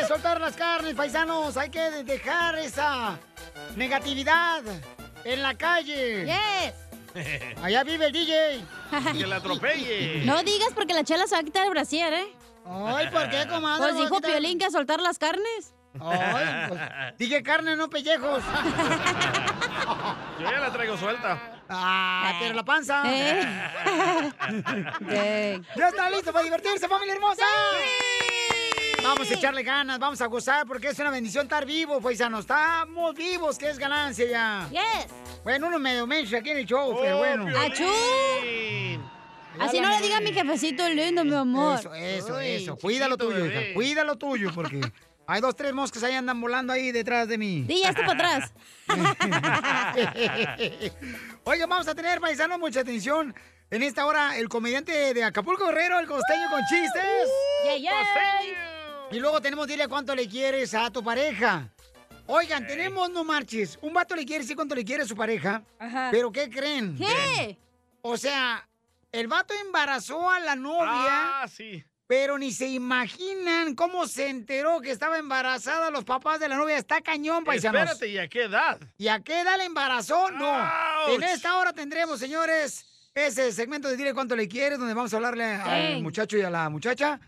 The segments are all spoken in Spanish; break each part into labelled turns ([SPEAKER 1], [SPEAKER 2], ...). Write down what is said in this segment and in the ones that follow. [SPEAKER 1] soltar las carnes, paisanos. Hay que dejar esa negatividad en la calle.
[SPEAKER 2] Yes.
[SPEAKER 1] Allá vive el DJ.
[SPEAKER 3] Que la atropelle.
[SPEAKER 2] No digas porque la chela se va a quitar el brasier, ¿eh?
[SPEAKER 1] Ay, ¿por qué, comadre? Me
[SPEAKER 2] Pues
[SPEAKER 1] va a
[SPEAKER 2] dijo
[SPEAKER 1] quitar-
[SPEAKER 2] Piolín que a soltar las carnes.
[SPEAKER 1] Ay, pues, dije carne, no pellejos.
[SPEAKER 3] Yo ya la traigo suelta.
[SPEAKER 1] Ah, pero la panza.
[SPEAKER 3] Eh.
[SPEAKER 1] Eh. ya está listo para divertirse, familia hermosa. Vamos a echarle ganas, vamos a gozar porque es una bendición estar vivo, paisanos. Estamos vivos, que es ganancia ya.
[SPEAKER 2] Yes.
[SPEAKER 1] Bueno, uno medio menso aquí en el show, pero bueno.
[SPEAKER 2] ¡Achú! Así no le diga a mi jefecito lindo, mi amor.
[SPEAKER 1] Eso, eso, eso. Cuida lo tuyo, hija. Cuida lo tuyo, porque hay dos, tres moscas ahí andan volando ahí detrás de mí.
[SPEAKER 2] Sí, ya está para atrás.
[SPEAKER 1] Oigan, vamos a tener, paisanos, mucha atención. En esta hora, el comediante de Acapulco Guerrero, el costeño con chistes. Y luego tenemos, dile cuánto le quieres a tu pareja. Oigan, tenemos, no marches. Un vato le quiere decir cuánto le quiere a su pareja.
[SPEAKER 2] Ajá.
[SPEAKER 1] Pero ¿qué creen?
[SPEAKER 2] ¿Qué?
[SPEAKER 1] O sea, el vato embarazó a la novia.
[SPEAKER 3] Ah, sí.
[SPEAKER 1] Pero ni se imaginan cómo se enteró que estaba embarazada los papás de la novia. Está cañón, paisanos.
[SPEAKER 3] Espérate, ¿y a qué edad?
[SPEAKER 1] ¿Y a qué edad le embarazó? No. En esta hora tendremos, señores, ese segmento de Dile cuánto le quieres, donde vamos a hablarle al
[SPEAKER 3] Sí.
[SPEAKER 1] muchacho y a la muchacha.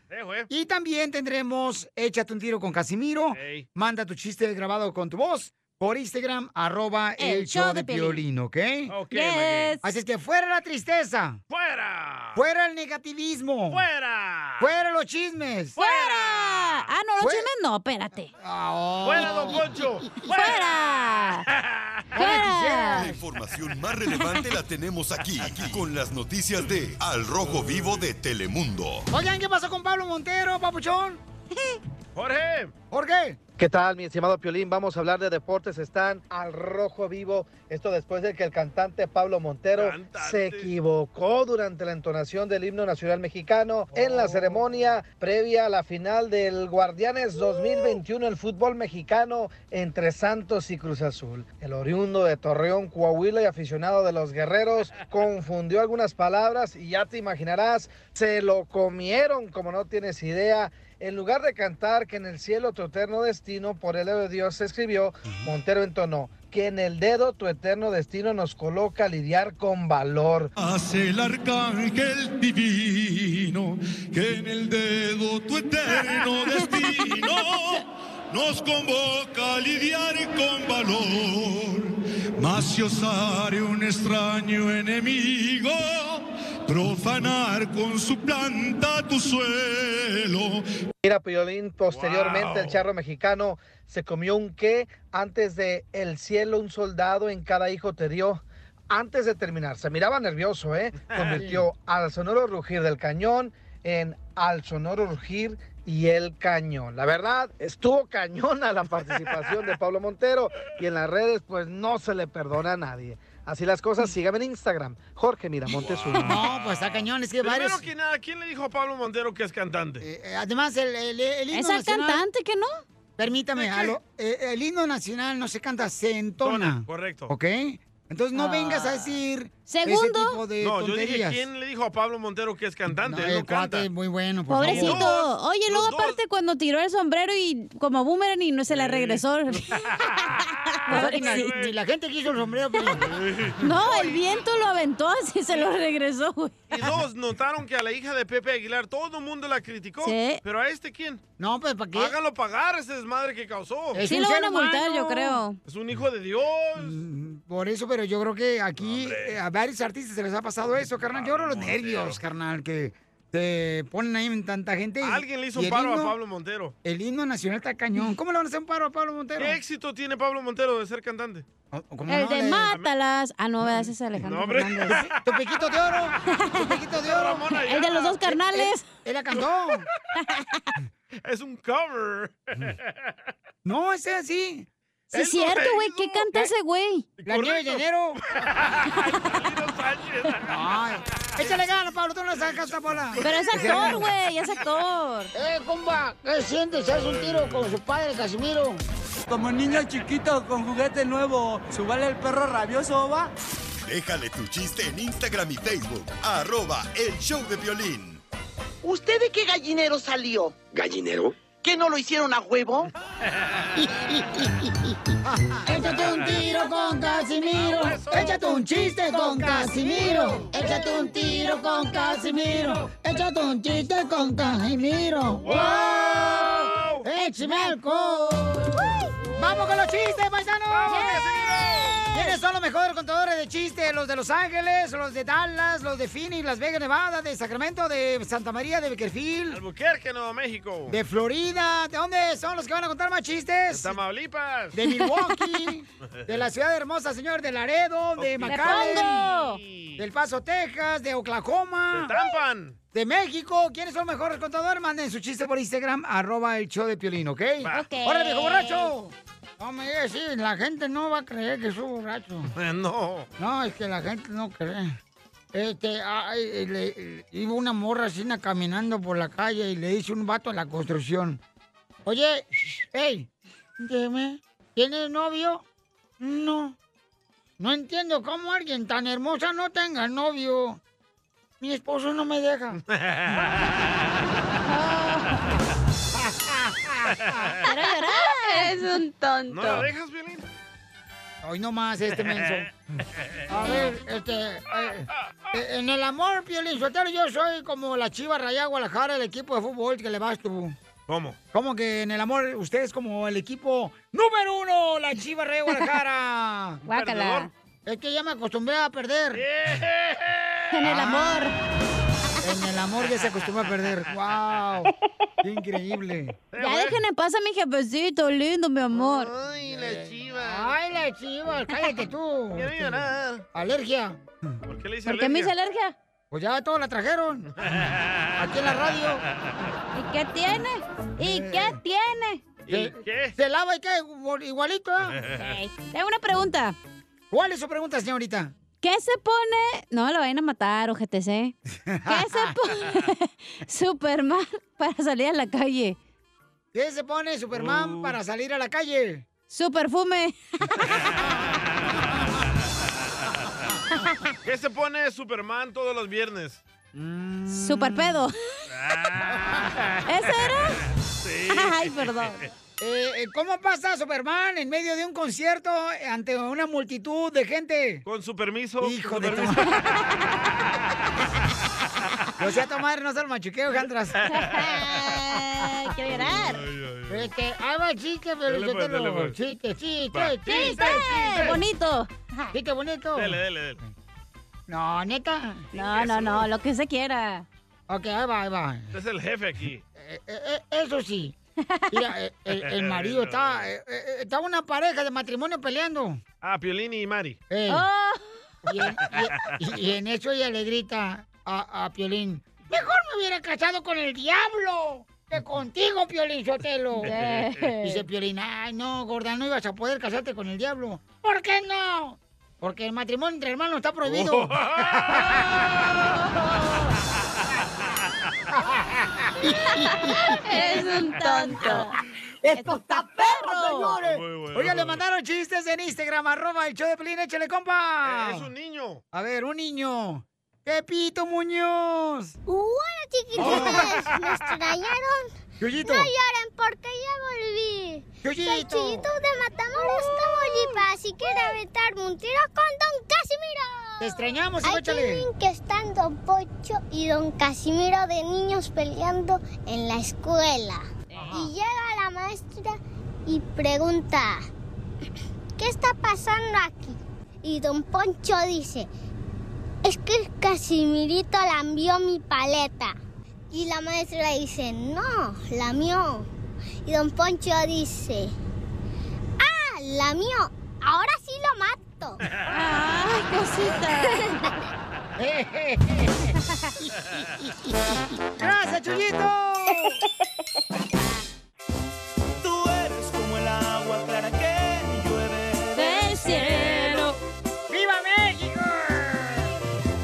[SPEAKER 1] Y también tendremos Échate un tiro con Casimiro.
[SPEAKER 3] Ey.
[SPEAKER 1] Manda tu chiste grabado con tu voz por Instagram, arroba el, show, de Piolín, ¿ok?
[SPEAKER 3] Ok, my Yes.
[SPEAKER 1] Así es que fuera la tristeza.
[SPEAKER 3] ¡Fuera!
[SPEAKER 1] Fuera el negativismo.
[SPEAKER 3] Ah. ¡Fuera!
[SPEAKER 1] Fuera los chismes.
[SPEAKER 2] ¡Fuera! Ah, no, los chismes no, espérate.
[SPEAKER 1] Ah,
[SPEAKER 3] ¡Fuera,
[SPEAKER 1] oh.
[SPEAKER 3] don Poncho!
[SPEAKER 2] ¡Fuera!
[SPEAKER 4] La
[SPEAKER 2] ¡Fuera!
[SPEAKER 4] información más relevante la tenemos aquí, aquí, con las noticias de Al Rojo Vivo de Telemundo.
[SPEAKER 1] Oigan, ¿qué pasó con Pablo Montero, papuchón?
[SPEAKER 3] Jorge.
[SPEAKER 1] Jorge.
[SPEAKER 5] ¿Qué tal, mi estimado Piolín? Vamos a hablar de deportes. Están al rojo vivo. Esto después de que el cantante Pablo Montero se equivocó durante la entonación del himno nacional mexicano en la ceremonia previa a la final del Guardianes 2021 el fútbol mexicano entre Santos y Cruz Azul. El oriundo de Torreón, Coahuila y aficionado de los guerreros confundió algunas palabras y ya te imaginarás, se lo comieron como no tienes idea. En lugar de cantar que en el cielo tu eterno destino por el dedo de Dios se escribió, Montero entonó que en el dedo tu eterno destino nos coloca a lidiar con valor.
[SPEAKER 6] Hace el arcángel divino que en el dedo tu eterno destino nos convoca a lidiar con valor. Mas si osare un extraño enemigo profanar con su planta tu suelo.
[SPEAKER 5] Mira, Piolín, posteriormente
[SPEAKER 6] Wow.
[SPEAKER 5] el charro mexicano se comió un qué antes de el cielo un soldado en cada hijo te dio. Antes de terminar, se miraba nervioso, ¿eh? Convirtió al sonoro rugir del cañón en al sonoro rugir y el cañón. La verdad, estuvo cañona la participación de Pablo Montero y en las redes pues no se le perdona a nadie. Así las cosas, síganme en Instagram, Jorge Miramontes. uno.
[SPEAKER 1] No, pues está cañón, es que
[SPEAKER 3] Primero
[SPEAKER 1] varios...
[SPEAKER 3] que nada, ¿quién le dijo a Pablo Montero que es cantante?
[SPEAKER 1] Eh, Además, el, el, el himno
[SPEAKER 3] Es al
[SPEAKER 1] nacional-
[SPEAKER 3] cantante,
[SPEAKER 2] que no?
[SPEAKER 1] Permítame, a lo- eh, el himno nacional no se canta, se entona.
[SPEAKER 3] Tona, correcto.
[SPEAKER 1] ¿Ok? Entonces no
[SPEAKER 3] Ah.
[SPEAKER 1] vengas a decir ese tipo de
[SPEAKER 3] no, yo dije,
[SPEAKER 1] tonterías.
[SPEAKER 3] ¿quién le dijo a Pablo Montero que es cantante?
[SPEAKER 1] No,
[SPEAKER 3] Él no
[SPEAKER 1] el cuate
[SPEAKER 3] canta.
[SPEAKER 1] es muy bueno, por
[SPEAKER 2] Pobrecito.
[SPEAKER 1] favor.
[SPEAKER 2] Oye, luego aparte cuando tiró el sombrero y como boomerang y no se le regresó.
[SPEAKER 1] O
[SPEAKER 3] ah,
[SPEAKER 1] sea, Pues que ni- ni la gente quiso el sombrero. pues. pero-
[SPEAKER 2] No, el viento lo aventó así se lo regresó, güey.
[SPEAKER 3] Y dos, notaron que a la hija de Pepe Aguilar todo el mundo la criticó.
[SPEAKER 2] Sí.
[SPEAKER 3] Pero a este, ¿quién?
[SPEAKER 1] No, pues, ¿para
[SPEAKER 3] qué? Hágalo pagar ese desmadre que causó.
[SPEAKER 1] Es Sí un lo van ser a multar, humano. yo creo.
[SPEAKER 3] Es un hijo de Dios.
[SPEAKER 1] Por eso, pero yo creo que aquí eh, a varios artistas se les ha pasado eso, carnal. Yo creo los nervios, carnal, que te ponen ahí en tanta gente. y-
[SPEAKER 3] Alguien le hizo
[SPEAKER 1] y
[SPEAKER 3] un
[SPEAKER 1] el
[SPEAKER 3] paro
[SPEAKER 1] himno-
[SPEAKER 3] a Pablo Montero.
[SPEAKER 1] El himno nacional está cañón. ¿Cómo le van a hacer un paro a Pablo Oh, Montero?
[SPEAKER 3] ¿Qué éxito tiene Pablo Montero de ser cantante?
[SPEAKER 2] El de Mátalas. Ah, no, ese es Alejandro
[SPEAKER 3] No, hombre.
[SPEAKER 2] Fernández.
[SPEAKER 1] Tu piquito de oro. Tu piquito de oro.
[SPEAKER 2] El de los dos carnales.
[SPEAKER 1] Él, él la cantó.
[SPEAKER 3] Es un cover.
[SPEAKER 1] Mm. No, ese así.
[SPEAKER 2] Sí, es cierto, güey. ¿Qué canta ese güey?
[SPEAKER 1] La nieve de enero. Ay, échale ganas, Pablo. Tú no sacas esta bola.
[SPEAKER 2] Pero es actor, güey. Es actor.
[SPEAKER 1] Eh, comba, ¿qué sientes? ¿Haz un tiro con su padre, Casimiro?
[SPEAKER 7] Como niño chiquito con juguete nuevo, subale el perro rabioso, va.
[SPEAKER 4] Déjale tu chiste en Instagram y Facebook, arroba el show de violín.
[SPEAKER 8] ¿Usted de qué gallinero salió?
[SPEAKER 9] ¿Gallinero?
[SPEAKER 8] ¿Qué no lo hicieron a huevo?
[SPEAKER 1] Échate un tiro con Casimiro. Échate un chiste con Casimiro. Échate un tiro con Casimiro. Échate un chiste con Casimiro. ¡Wow! ¡Échame alcohol! ¡Vamos con los chistes, paisanos! ¿Quiénes son los mejores contadores de chistes? Los de Los Ángeles, los de Dallas, los de Phoenix, Las Vegas, Nevada, de Sacramento, de Santa María, de Beckerfield.
[SPEAKER 3] Albuquerque, Nuevo México.
[SPEAKER 1] De Florida, ¿de dónde son los que van a contar más chistes?
[SPEAKER 3] De Tamaulipas.
[SPEAKER 1] De Milwaukee, de la ciudad hermosa, señor, de Laredo, de
[SPEAKER 2] Pongo.
[SPEAKER 1] McAllen, del Paso, Texas, de Oklahoma. De
[SPEAKER 3] Trampan.
[SPEAKER 1] De México. ¿Quiénes son los mejores contadores? Manden su chiste por Instagram, arroba el show de Piolín, ¿ok?
[SPEAKER 2] Ok.
[SPEAKER 1] ¡Órale, viejo borracho! No me digas, sí, la gente no va a creer que soy borracho.
[SPEAKER 3] No.
[SPEAKER 1] No, es que la gente no cree. Este, ay, le- iba una morra asina caminando por la calle y le dice un vato a la construcción. Oye, hey, dime, ¿tienes novio? No. No entiendo cómo alguien tan hermosa no tenga novio. Mi esposo no me deja.
[SPEAKER 2] Quiero llorar. Es un tonto.
[SPEAKER 1] ¿No la dejas, Hoy nomás este menso. A ver, este. eh, eh, en el amor, Piolín Sotelo, yo soy como la chiva rayada de Guadalajara, el equipo de fútbol que le vas tú.
[SPEAKER 3] ¿Cómo?
[SPEAKER 1] Como que en el amor, usted es como el equipo número uno, la chiva rayada de Guadalajara.
[SPEAKER 2] Guácala. Perdedor.
[SPEAKER 1] Es que ya me acostumbré a perder.
[SPEAKER 2] En el
[SPEAKER 1] amor. En el amor ya se acostumbra a perder. ¡Wow! ¡Qué increíble!
[SPEAKER 2] Ya déjenme pasar mi jefecito, lindo, mi amor.
[SPEAKER 1] Ay, la chiva. Ay, la chiva. Cállate tú.
[SPEAKER 2] Quiero llorar.
[SPEAKER 1] Alergia.
[SPEAKER 3] ¿Por qué le hice
[SPEAKER 2] ¿Por qué me hice alergia?
[SPEAKER 1] Pues ya todos la trajeron. Aquí en la radio.
[SPEAKER 2] ¿Y qué tiene? ¿Y qué tiene?
[SPEAKER 1] Se- Eh. Se lava y cae igual- igualito. ¿eh?
[SPEAKER 2] Tengo una pregunta.
[SPEAKER 1] ¿Cuál es su pregunta, señorita?
[SPEAKER 2] ¿Qué se pone? No, lo vayan a matar, o GTC. ¿Qué se pone Superman para salir a la calle?
[SPEAKER 1] ¿Qué se pone Superman
[SPEAKER 3] Uh.
[SPEAKER 1] para salir a la calle?
[SPEAKER 2] Su perfume.
[SPEAKER 3] ¿Qué se pone Superman todos los viernes?
[SPEAKER 1] Mm.
[SPEAKER 2] Super pedo. ¿Ese era?
[SPEAKER 3] Sí.
[SPEAKER 2] Ay, perdón.
[SPEAKER 1] Eh, eh, ¿Cómo pasa Superman en medio de un concierto eh, ante una multitud de gente?
[SPEAKER 3] Con su permiso.
[SPEAKER 1] Hijo
[SPEAKER 3] con
[SPEAKER 1] de
[SPEAKER 3] su
[SPEAKER 1] tu
[SPEAKER 3] permiso.
[SPEAKER 1] O sea, tu madre no se lo machuqueo, Jandras.
[SPEAKER 2] Quiero llorar.
[SPEAKER 1] Este, ahí va el chiste, pero
[SPEAKER 2] Dale,
[SPEAKER 1] yo
[SPEAKER 2] pues,
[SPEAKER 1] te
[SPEAKER 2] dale,
[SPEAKER 1] lo...
[SPEAKER 2] pues.
[SPEAKER 1] Chiste,
[SPEAKER 2] Va.
[SPEAKER 1] chiste,
[SPEAKER 2] Chiste,
[SPEAKER 1] chiste,
[SPEAKER 2] bonito.
[SPEAKER 1] Chiste bonito.
[SPEAKER 3] Dele, dele, dele.
[SPEAKER 1] No, neta.
[SPEAKER 2] No, no, no, lo que se quiera.
[SPEAKER 1] Ok, ahí va, ahí va.
[SPEAKER 3] Este es el jefe aquí.
[SPEAKER 1] Eh, eh, eso sí. Mira, eh, el, el marido está. eh, eh, está una pareja de matrimonio peleando.
[SPEAKER 3] Ah, Piolini y Mari.
[SPEAKER 1] Ey.
[SPEAKER 2] Oh.
[SPEAKER 1] Y, en, y- y en eso ella le grita a, a Piolín: Mejor me hubiera casado con el diablo que contigo, Piolín Sotelo.
[SPEAKER 2] Yeah.
[SPEAKER 1] Dice Piolín: Ay, no, gorda, no ibas a poder casarte con el diablo. ¿Por qué no? Porque el matrimonio entre hermanos está prohibido.
[SPEAKER 3] Oh.
[SPEAKER 2] Es un tonto.
[SPEAKER 1] ¡Esto está perro, señores!
[SPEAKER 3] Muy bueno.
[SPEAKER 1] Oiga, le mandaron chistes en Instagram, arroba el show de Pelín, échale, compa.
[SPEAKER 3] Eh, es un niño.
[SPEAKER 1] A ver, un niño. ¡Pepito Muñoz!
[SPEAKER 9] Hola chiquititas, ¿me extrañaron?
[SPEAKER 1] Yuyito.
[SPEAKER 9] No lloren porque ya volví.
[SPEAKER 1] Yuyito.
[SPEAKER 9] Soy Chuyito de Matamoros, Tamaulipas y quiero aventarme un tiro con Don Casimiro.
[SPEAKER 1] Te extrañamos, hijo,
[SPEAKER 9] Ahí
[SPEAKER 1] échale.
[SPEAKER 9] tienen que están Don Pocho y Don Casimiro de niños peleando en la escuela. Y llega la maestra y pregunta, ¿qué está pasando aquí? Y Don Poncho dice, es que el Casimirito lambió mi paleta. Y la maestra dice, no, lamió. Y don Poncho dice, ah, lamió, ahora sí lo mato.
[SPEAKER 2] ¡Ay,
[SPEAKER 9] cosita!
[SPEAKER 1] ¡Gracias,
[SPEAKER 10] Tú eres como el agua clara que llueve
[SPEAKER 2] del cielo.
[SPEAKER 1] ¡Viva México!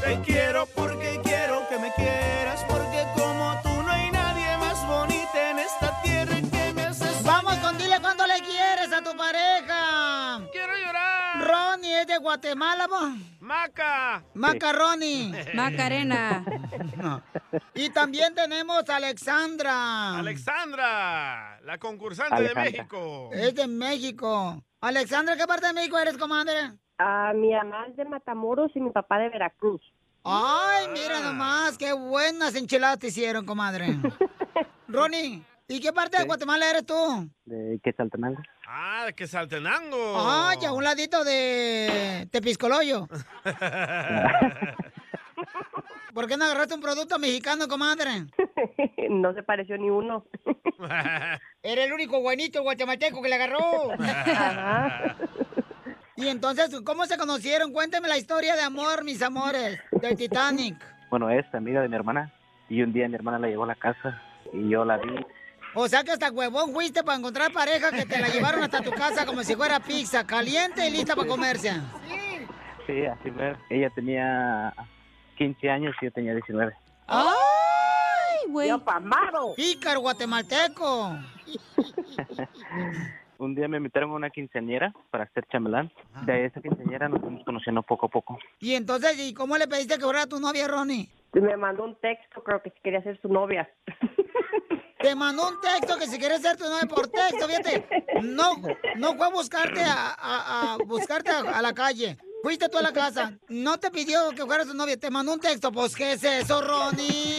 [SPEAKER 10] Te quiero porque quiero que me quieras, porque como tú no hay nadie más bonita en esta tierra que me hace
[SPEAKER 1] Vamos con dile cuando le quieres a tu pareja. Quiero llorar. Ronnie es de Guatemala, vos. Maca. Maca, Ronnie.
[SPEAKER 2] Macarena.
[SPEAKER 1] Y también tenemos a Alexandra.
[SPEAKER 3] Alexandra, Ah, la concursante de México.
[SPEAKER 1] Es de México. Alexandra, ¿qué parte de México eres, comadre?
[SPEAKER 8] Ah, mi mamá es de Matamoros y mi papá de Veracruz.
[SPEAKER 1] Ay, mira nomás, qué buenas enchiladas te hicieron, comadre. Ronnie, ¿y qué parte de Guatemala eres tú?
[SPEAKER 11] de Quetzaltenango.
[SPEAKER 3] Ah, de Quetzaltenango.
[SPEAKER 1] Ay, a un ladito de Tepiscoloyo. ¿Por qué no agarraste un producto mexicano, comadre?
[SPEAKER 8] no se pareció ni uno.
[SPEAKER 1] Era el único guanito guatemalteco que le agarró. Y entonces, ¿cómo se conocieron? Cuénteme la historia de amor, mis amores, del Titanic.
[SPEAKER 11] Bueno, es amiga de mi hermana. Y un día mi hermana la llevó a la casa y yo la vi.
[SPEAKER 1] O sea que hasta huevón fuiste para encontrar pareja que te la llevaron hasta tu casa como si fuera pizza, caliente y lista para comerse.
[SPEAKER 11] Sí, así fue. Ella tenía 15 años y yo tenía 19.
[SPEAKER 1] ¡Ay, güey!
[SPEAKER 8] ¡Apamado!
[SPEAKER 1] ¡Pícaro guatemalteco!
[SPEAKER 11] Un día me invitaron a una quinceañera para hacer chamelán. De esa quinceañera nos fuimos conociendo poco a poco.
[SPEAKER 1] Y entonces, ¿y cómo le pediste que fuera tu novia, Ronnie?
[SPEAKER 8] Me mandó un texto, creo que quería ser su novia.
[SPEAKER 1] Te mandó un texto que si quieres ser tu novia por texto, fíjate. No, no fue a buscarte a, a- a buscarte a, a la calle. Fuiste tú a la casa. No te pidió que fuera su novia. Te mandó un texto. Pues, ¿qué es eso, Ronnie?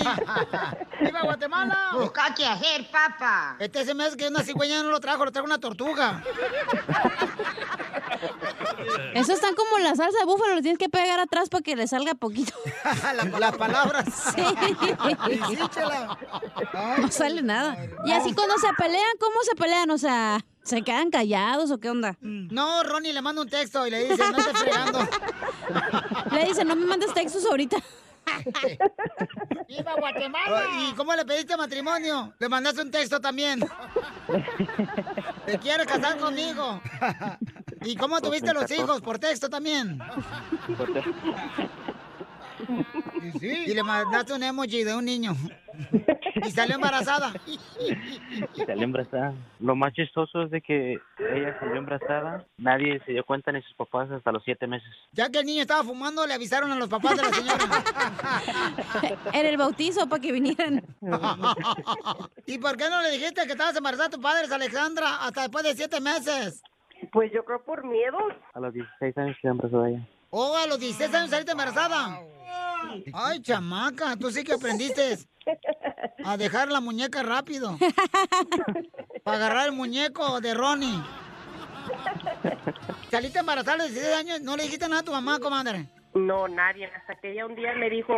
[SPEAKER 1] ¡Viva Guatemala! Busca qué hacer, papá. Este se me hace que una cigüeña no lo trajo, lo trajo una tortuga.
[SPEAKER 2] Eso están como la salsa de búfalo, lo tienes que pegar atrás para que le salga poquito.
[SPEAKER 1] las palabras.
[SPEAKER 2] Sí.
[SPEAKER 1] Y sí, chela.
[SPEAKER 2] No sale nada. Y así cuando se pelean, ¿cómo se pelean? O sea, ¿se quedan callados o qué onda?
[SPEAKER 1] No, Ronnie le manda un texto y le dice, no estés fregando.
[SPEAKER 2] Le dice, no me mandes textos ahorita.
[SPEAKER 1] ¡Viva Guatemala! Oh, ¿Y cómo le pediste matrimonio? Le mandaste un texto también. ¿Te quieres casar conmigo? ¿Y cómo tuviste los hijos? Por texto también. Y le mandaste un emoji de un niño. Y salió embarazada.
[SPEAKER 11] Y salió embarazada. Lo más chistoso es de que ella salió embarazada. Nadie se dio cuenta ni sus papás hasta los siete meses.
[SPEAKER 1] Ya que el niño estaba fumando, le avisaron a los papás de la señora.
[SPEAKER 2] En el bautizo para que vinieran.
[SPEAKER 1] ¿Y por qué no le dijiste que estabas embarazada a tus padres, Alexandra, hasta después de siete meses?
[SPEAKER 8] Pues yo creo por miedo.
[SPEAKER 11] A los 16 años quedó embarazada ella.
[SPEAKER 1] Oh, a los 16 años saliste embarazada. Ay, chamaca, tú sí que aprendiste a dejar la muñeca rápido. Para agarrar el muñeco de Ronnie. Saliste embarazada a los 16 años, no le dijiste nada a tu mamá, comadre.
[SPEAKER 8] No, nadie. Hasta que ella un día me dijo,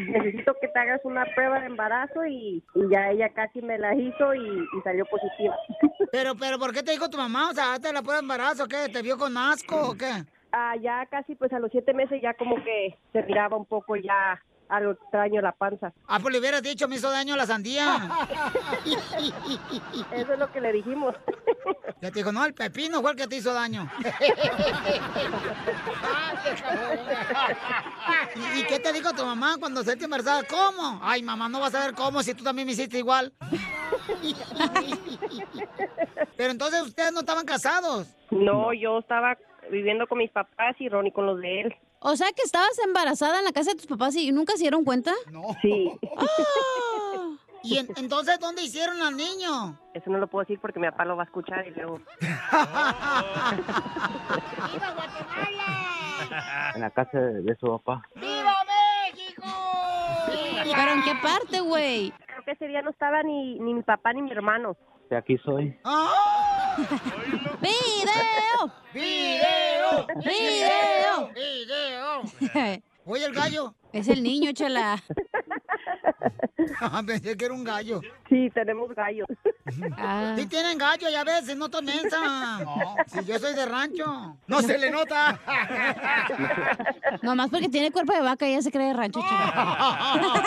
[SPEAKER 8] necesito que te hagas una prueba de embarazo y, y ya ella casi me la hizo y, y salió positiva.
[SPEAKER 1] Pero, pero, ¿por qué te dijo tu mamá? O sea, ¿te la prueba de embarazo? ¿Qué? ¿Te vio con asco o qué?
[SPEAKER 8] Ah, ya casi pues a los siete meses ya como que se miraba un poco ya algo extraño la panza.
[SPEAKER 1] Ah, pues le hubieras dicho, me hizo daño la sandía.
[SPEAKER 8] Eso es lo que le dijimos.
[SPEAKER 1] Ya te dijo, no, el pepino fue el que te hizo daño. ¿Y, y qué te dijo tu mamá cuando se te embarazada? ¿Cómo? Ay, mamá, no vas a ver cómo si tú también me hiciste igual. Pero entonces ustedes no estaban casados.
[SPEAKER 8] No, yo estaba viviendo con mis papás y Ronnie con los de él.
[SPEAKER 2] O sea que estabas embarazada en la casa de tus papás y nunca se dieron cuenta.
[SPEAKER 1] No.
[SPEAKER 8] Sí.
[SPEAKER 1] ¿Y en- entonces dónde hicieron al niño?
[SPEAKER 8] Eso no lo puedo decir porque mi papá lo va a escuchar y luego...
[SPEAKER 11] En la casa de, de su papá.
[SPEAKER 1] ¡Viva México!
[SPEAKER 8] ¿Pero en qué parte, güey? Creo que ese día no estaba ni, ni mi papá ni mi hermano.
[SPEAKER 11] De aquí soy.
[SPEAKER 8] ¡Video!
[SPEAKER 1] ¡Video!
[SPEAKER 2] ¡Video!
[SPEAKER 1] ¡Video! Oye, el gallo.
[SPEAKER 2] Es el niño, chela.
[SPEAKER 1] Pensé que era un gallo.
[SPEAKER 8] Sí, tenemos gallos.
[SPEAKER 2] Ah,
[SPEAKER 1] Sí tienen gallo, ya ves, se nota mensa. Si yo soy de rancho. No se le nota.
[SPEAKER 2] Nomás porque tiene cuerpo de vaca ya se cree de rancho, chela.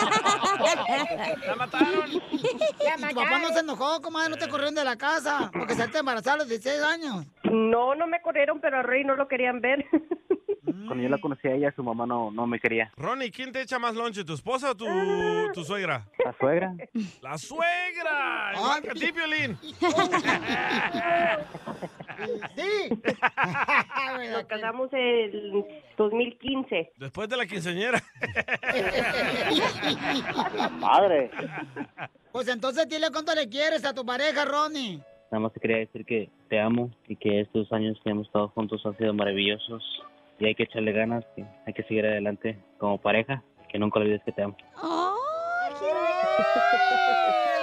[SPEAKER 1] ¡La mataron! ¿Y tu papá no se enojó, comadre? ¿No te corrieron de la casa? Porque saliste embarazada a los 16 años.
[SPEAKER 8] No, no me corrieron, pero a Rey no lo querían ver.
[SPEAKER 11] Cuando yo la conocí a ella, su mamá no, no me quería.
[SPEAKER 3] Ronnie, ¿quién te echa más lonche, tu esposa o tu, tu suegra?
[SPEAKER 11] La suegra.
[SPEAKER 3] ¡La suegra! ¡Igual que a ti, Piolín!
[SPEAKER 1] Sí.
[SPEAKER 8] Nos casamos en 2015.
[SPEAKER 3] Después de la quinceañera.
[SPEAKER 11] Padre.
[SPEAKER 1] Pues entonces dile cuánto le quieres a tu pareja, Ronnie.
[SPEAKER 11] Nada más te quería decir que te amo y que estos años que hemos estado juntos han sido maravillosos y hay que echarle ganas, que hay que seguir adelante como pareja, que nunca olvides que te amo.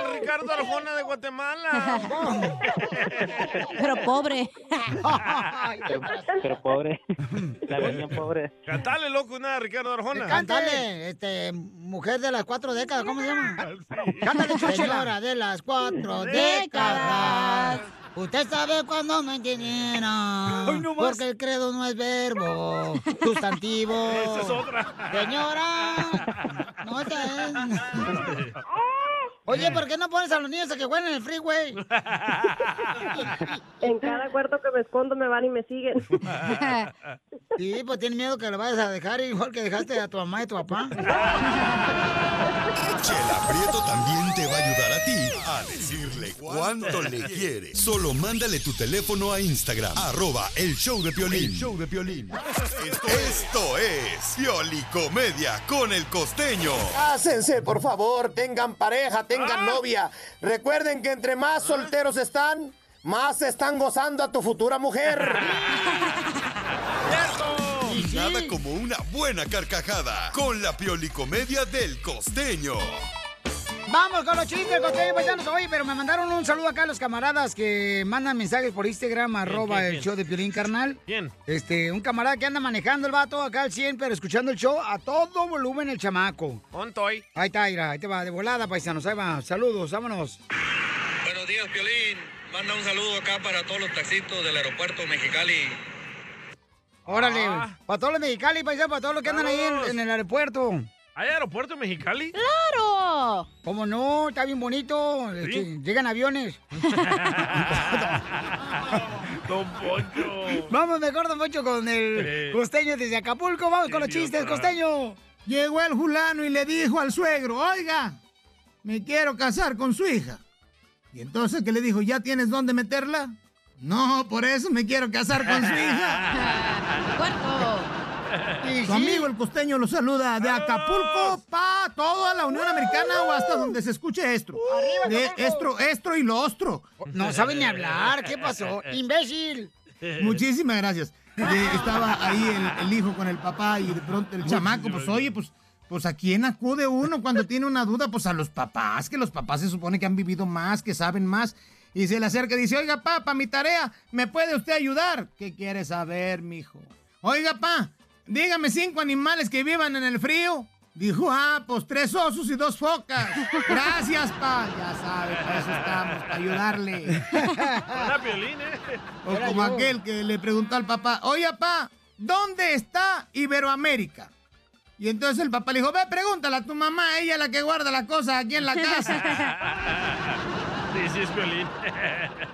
[SPEAKER 3] El Ricardo Arjona de Guatemala.
[SPEAKER 2] Pero pobre.
[SPEAKER 11] Pero, pero pobre, la versión pobre.
[SPEAKER 3] Cantale, loco, una de Ricardo Arjona.
[SPEAKER 1] Cántale, este, mujer de las cuatro décadas, ¿cómo se llama? Cántale, señora de las cuatro décadas. Usted sabe cuándo me entendieron. porque el credo no es verbo, sustantivo.
[SPEAKER 10] Esa es otra.
[SPEAKER 1] Señora, no te... Oye, ¿por qué no pones a los niños a que jueguen en el freeway?
[SPEAKER 8] En cada cuarto que me escondo me van y me siguen.
[SPEAKER 1] Sí, pues tienen miedo que lo vayas a dejar igual que dejaste a tu mamá y tu papá.
[SPEAKER 4] Chela Prieto también te va a ayudar a ti a decirle cuánto le quiere. Solo mándale tu teléfono a Instagram, arroba el show de Piolín.
[SPEAKER 10] El
[SPEAKER 4] show de Piolín. Esto es Piolicomedia con el costeño.
[SPEAKER 12] Cásense, por favor, tengan pareja, tengan novia. Recuerden que entre más solteros están, más están gozando a tu futura mujer.
[SPEAKER 4] Nada como una buena carcajada con la Piolicomedia del costeño.
[SPEAKER 1] Vamos con los chistes, costeño paisanos. Oye, pero me mandaron un saludo acá a los camaradas que mandan mensajes por Instagram, arroba
[SPEAKER 3] quién,
[SPEAKER 1] el
[SPEAKER 3] quién?
[SPEAKER 1] show de Piolín Carnal.
[SPEAKER 3] ¿Quién?
[SPEAKER 1] Este, un camarada que anda manejando el vato acá al 100, pero escuchando el show a todo volumen el chamaco.
[SPEAKER 3] Ontoy.
[SPEAKER 1] Ahí está, Ira, ahí te va, de volada, paisanos, ahí va. Saludos, vámonos.
[SPEAKER 13] Buenos días, Piolín. Manda un saludo acá para todos los taxitos del aeropuerto Mexicali.
[SPEAKER 1] Órale,
[SPEAKER 3] Ah.
[SPEAKER 1] para todos los mexicali, paisanos, para todos los que andan ahí en,
[SPEAKER 3] Saludos.
[SPEAKER 1] en el aeropuerto.
[SPEAKER 3] ¿Hay aeropuerto en Mexicali?
[SPEAKER 1] ¡Claro! ¿Cómo no? Está bien bonito. este, Llegan aviones.
[SPEAKER 10] Don Poncho.
[SPEAKER 1] Vamos mejor, don Poncho, con el
[SPEAKER 10] Sí.
[SPEAKER 1] costeño desde Acapulco. Vamos con los chistes, costeño.
[SPEAKER 14] Llegó el fulano y le dijo al suegro, oiga, me quiero casar con su hija. Y entonces que le dijo, ¿ya tienes dónde meterla? No, por eso me quiero casar con su hija. Su amigo el costeño lo saluda de Acapulco pa toda la Unión Americana o hasta donde se escuche estro. De estro, estro y lo ostro.
[SPEAKER 1] No sabe ni hablar, ¿qué pasó? ¡Imbécil!
[SPEAKER 14] Muchísimas gracias. Eh, estaba ahí el, el hijo con el papá y de pronto el chamaco, pues oye, pues, pues a quién acude uno cuando tiene una duda, pues a los papás, que los papás se supone que han vivido más, que saben más. Y se le acerca y dice, oiga, papá, mi tarea, ¿me puede usted ayudar? ¿Qué quiere saber, mijo? Oiga, pa, dígame cinco animales que vivan en el frío. Dijo, ah, pues tres osos y dos focas. Gracias, pa. Ya sabe, para eso estamos, para ayudarle.
[SPEAKER 3] Hola, Piolín, ¿eh?
[SPEAKER 14] O como aquel que le preguntó al papá, oye, papá, ¿dónde está Iberoamérica? Y entonces el papá le dijo, ve, pregúntala a tu mamá, ella es la que guarda las cosas aquí en la casa.
[SPEAKER 3] Sí, sí, es Piolín.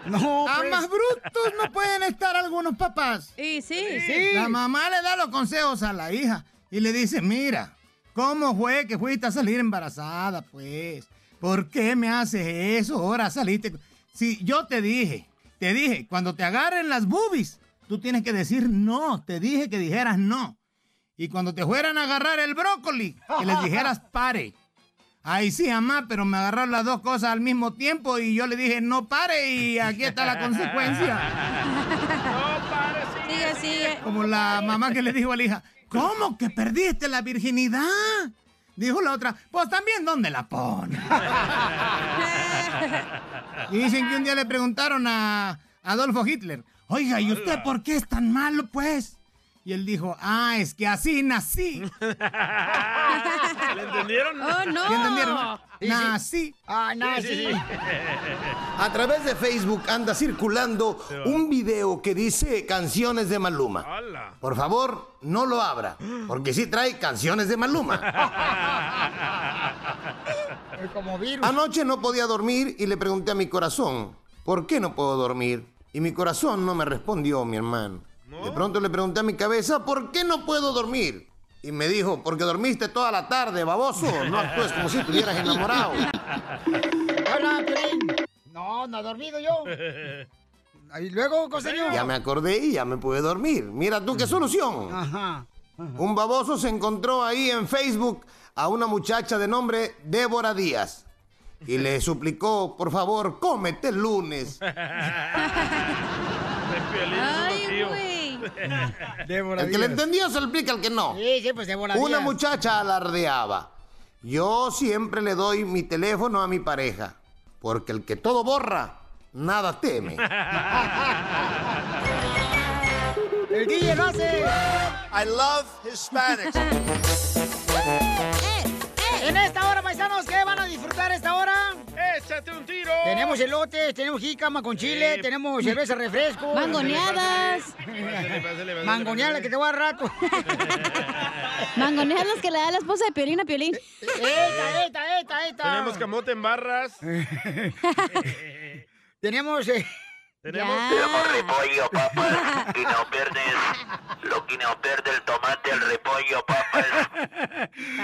[SPEAKER 1] No,
[SPEAKER 14] A más brutos no pueden estar algunos papás. Y sí.
[SPEAKER 3] Sí.
[SPEAKER 14] La mamá le da los consejos a la hija y le dice, mira, ¿cómo fue que fuiste a salir embarazada, pues? ¿Por qué me haces eso? Ahora saliste... Si yo te dije, te dije, cuando te agarren las boobies, tú tienes que decir no. Te dije que dijeras no. Y cuando te fueran a agarrar el brócoli, que les dijeras pare. Ahí sí, mamá, pero me agarraron las dos cosas al mismo tiempo y yo le dije, no pare y aquí está la consecuencia.
[SPEAKER 2] Sigue, sigue.
[SPEAKER 14] Como la mamá que le dijo a la hija, ¿cómo que perdiste la virginidad? Dijo la otra, pues también dónde la pone. Y dicen que un día le preguntaron a Adolfo Hitler, oiga, ¿y usted por qué es tan malo, pues? Y él dijo, ah, es que así nací.
[SPEAKER 3] ¿Le entendieron?
[SPEAKER 1] Oh,
[SPEAKER 14] ¿Ya entendieron? Nací.
[SPEAKER 1] Ah,
[SPEAKER 3] Sí, sí, sí.
[SPEAKER 12] A través de Facebook anda circulando un video que dice canciones de Maluma.
[SPEAKER 3] Hola.
[SPEAKER 12] Por favor, no lo abra, porque sí trae canciones de Maluma.
[SPEAKER 1] Como virus.
[SPEAKER 12] Anoche no podía dormir y le pregunté a mi corazón, ¿por qué no puedo dormir? Y mi corazón no me respondió, mi hermano. De pronto le pregunté a mi cabeza, ¿por qué no puedo dormir? Y me dijo, porque dormiste toda la tarde, baboso. No actúes como si estuvieras enamorado.
[SPEAKER 1] Hola, Piolín. No, no he dormido yo. Y luego, costeño.
[SPEAKER 12] Ya me acordé y ya me pude dormir. Mira tú qué solución.
[SPEAKER 1] Ajá.
[SPEAKER 12] Un baboso se encontró ahí en Facebook a una muchacha de nombre Débora Díaz y le suplicó, por favor, cómete el lunes.
[SPEAKER 10] Ay,
[SPEAKER 1] Débora
[SPEAKER 12] El que le
[SPEAKER 10] Díaz.
[SPEAKER 12] entendió se le explica al que no.
[SPEAKER 1] Sí, sí, pues Débora
[SPEAKER 12] Una
[SPEAKER 1] Díaz.
[SPEAKER 12] muchacha alardeaba. Yo siempre le doy mi teléfono a mi pareja, porque el que todo borra, nada teme.
[SPEAKER 1] El DJ lo hace.
[SPEAKER 10] I love Hispanics.
[SPEAKER 1] En esta hora, paisanos, ¿qué van a disfrutar esta hora?
[SPEAKER 3] ¡Échate un tiro!
[SPEAKER 1] Tenemos elotes, tenemos jícama con chile,
[SPEAKER 3] Sí.
[SPEAKER 1] tenemos cerveza refresco.
[SPEAKER 2] Mangoneadas.
[SPEAKER 3] Pásale, pásale, pásale,
[SPEAKER 1] Mangoneadas la que te voy a dar rato.
[SPEAKER 2] Mangoneas las que le da la esposa de Piolín a Piolín.
[SPEAKER 1] ¡Eta, eta, eta, eta!
[SPEAKER 3] Eh, Tenemos camote en barras.
[SPEAKER 1] Tenemos... eh,
[SPEAKER 3] Tenemos-
[SPEAKER 1] Ya.
[SPEAKER 13] repollo, papá. Quineo verde es lo quineo verde, el tomate, el repollo,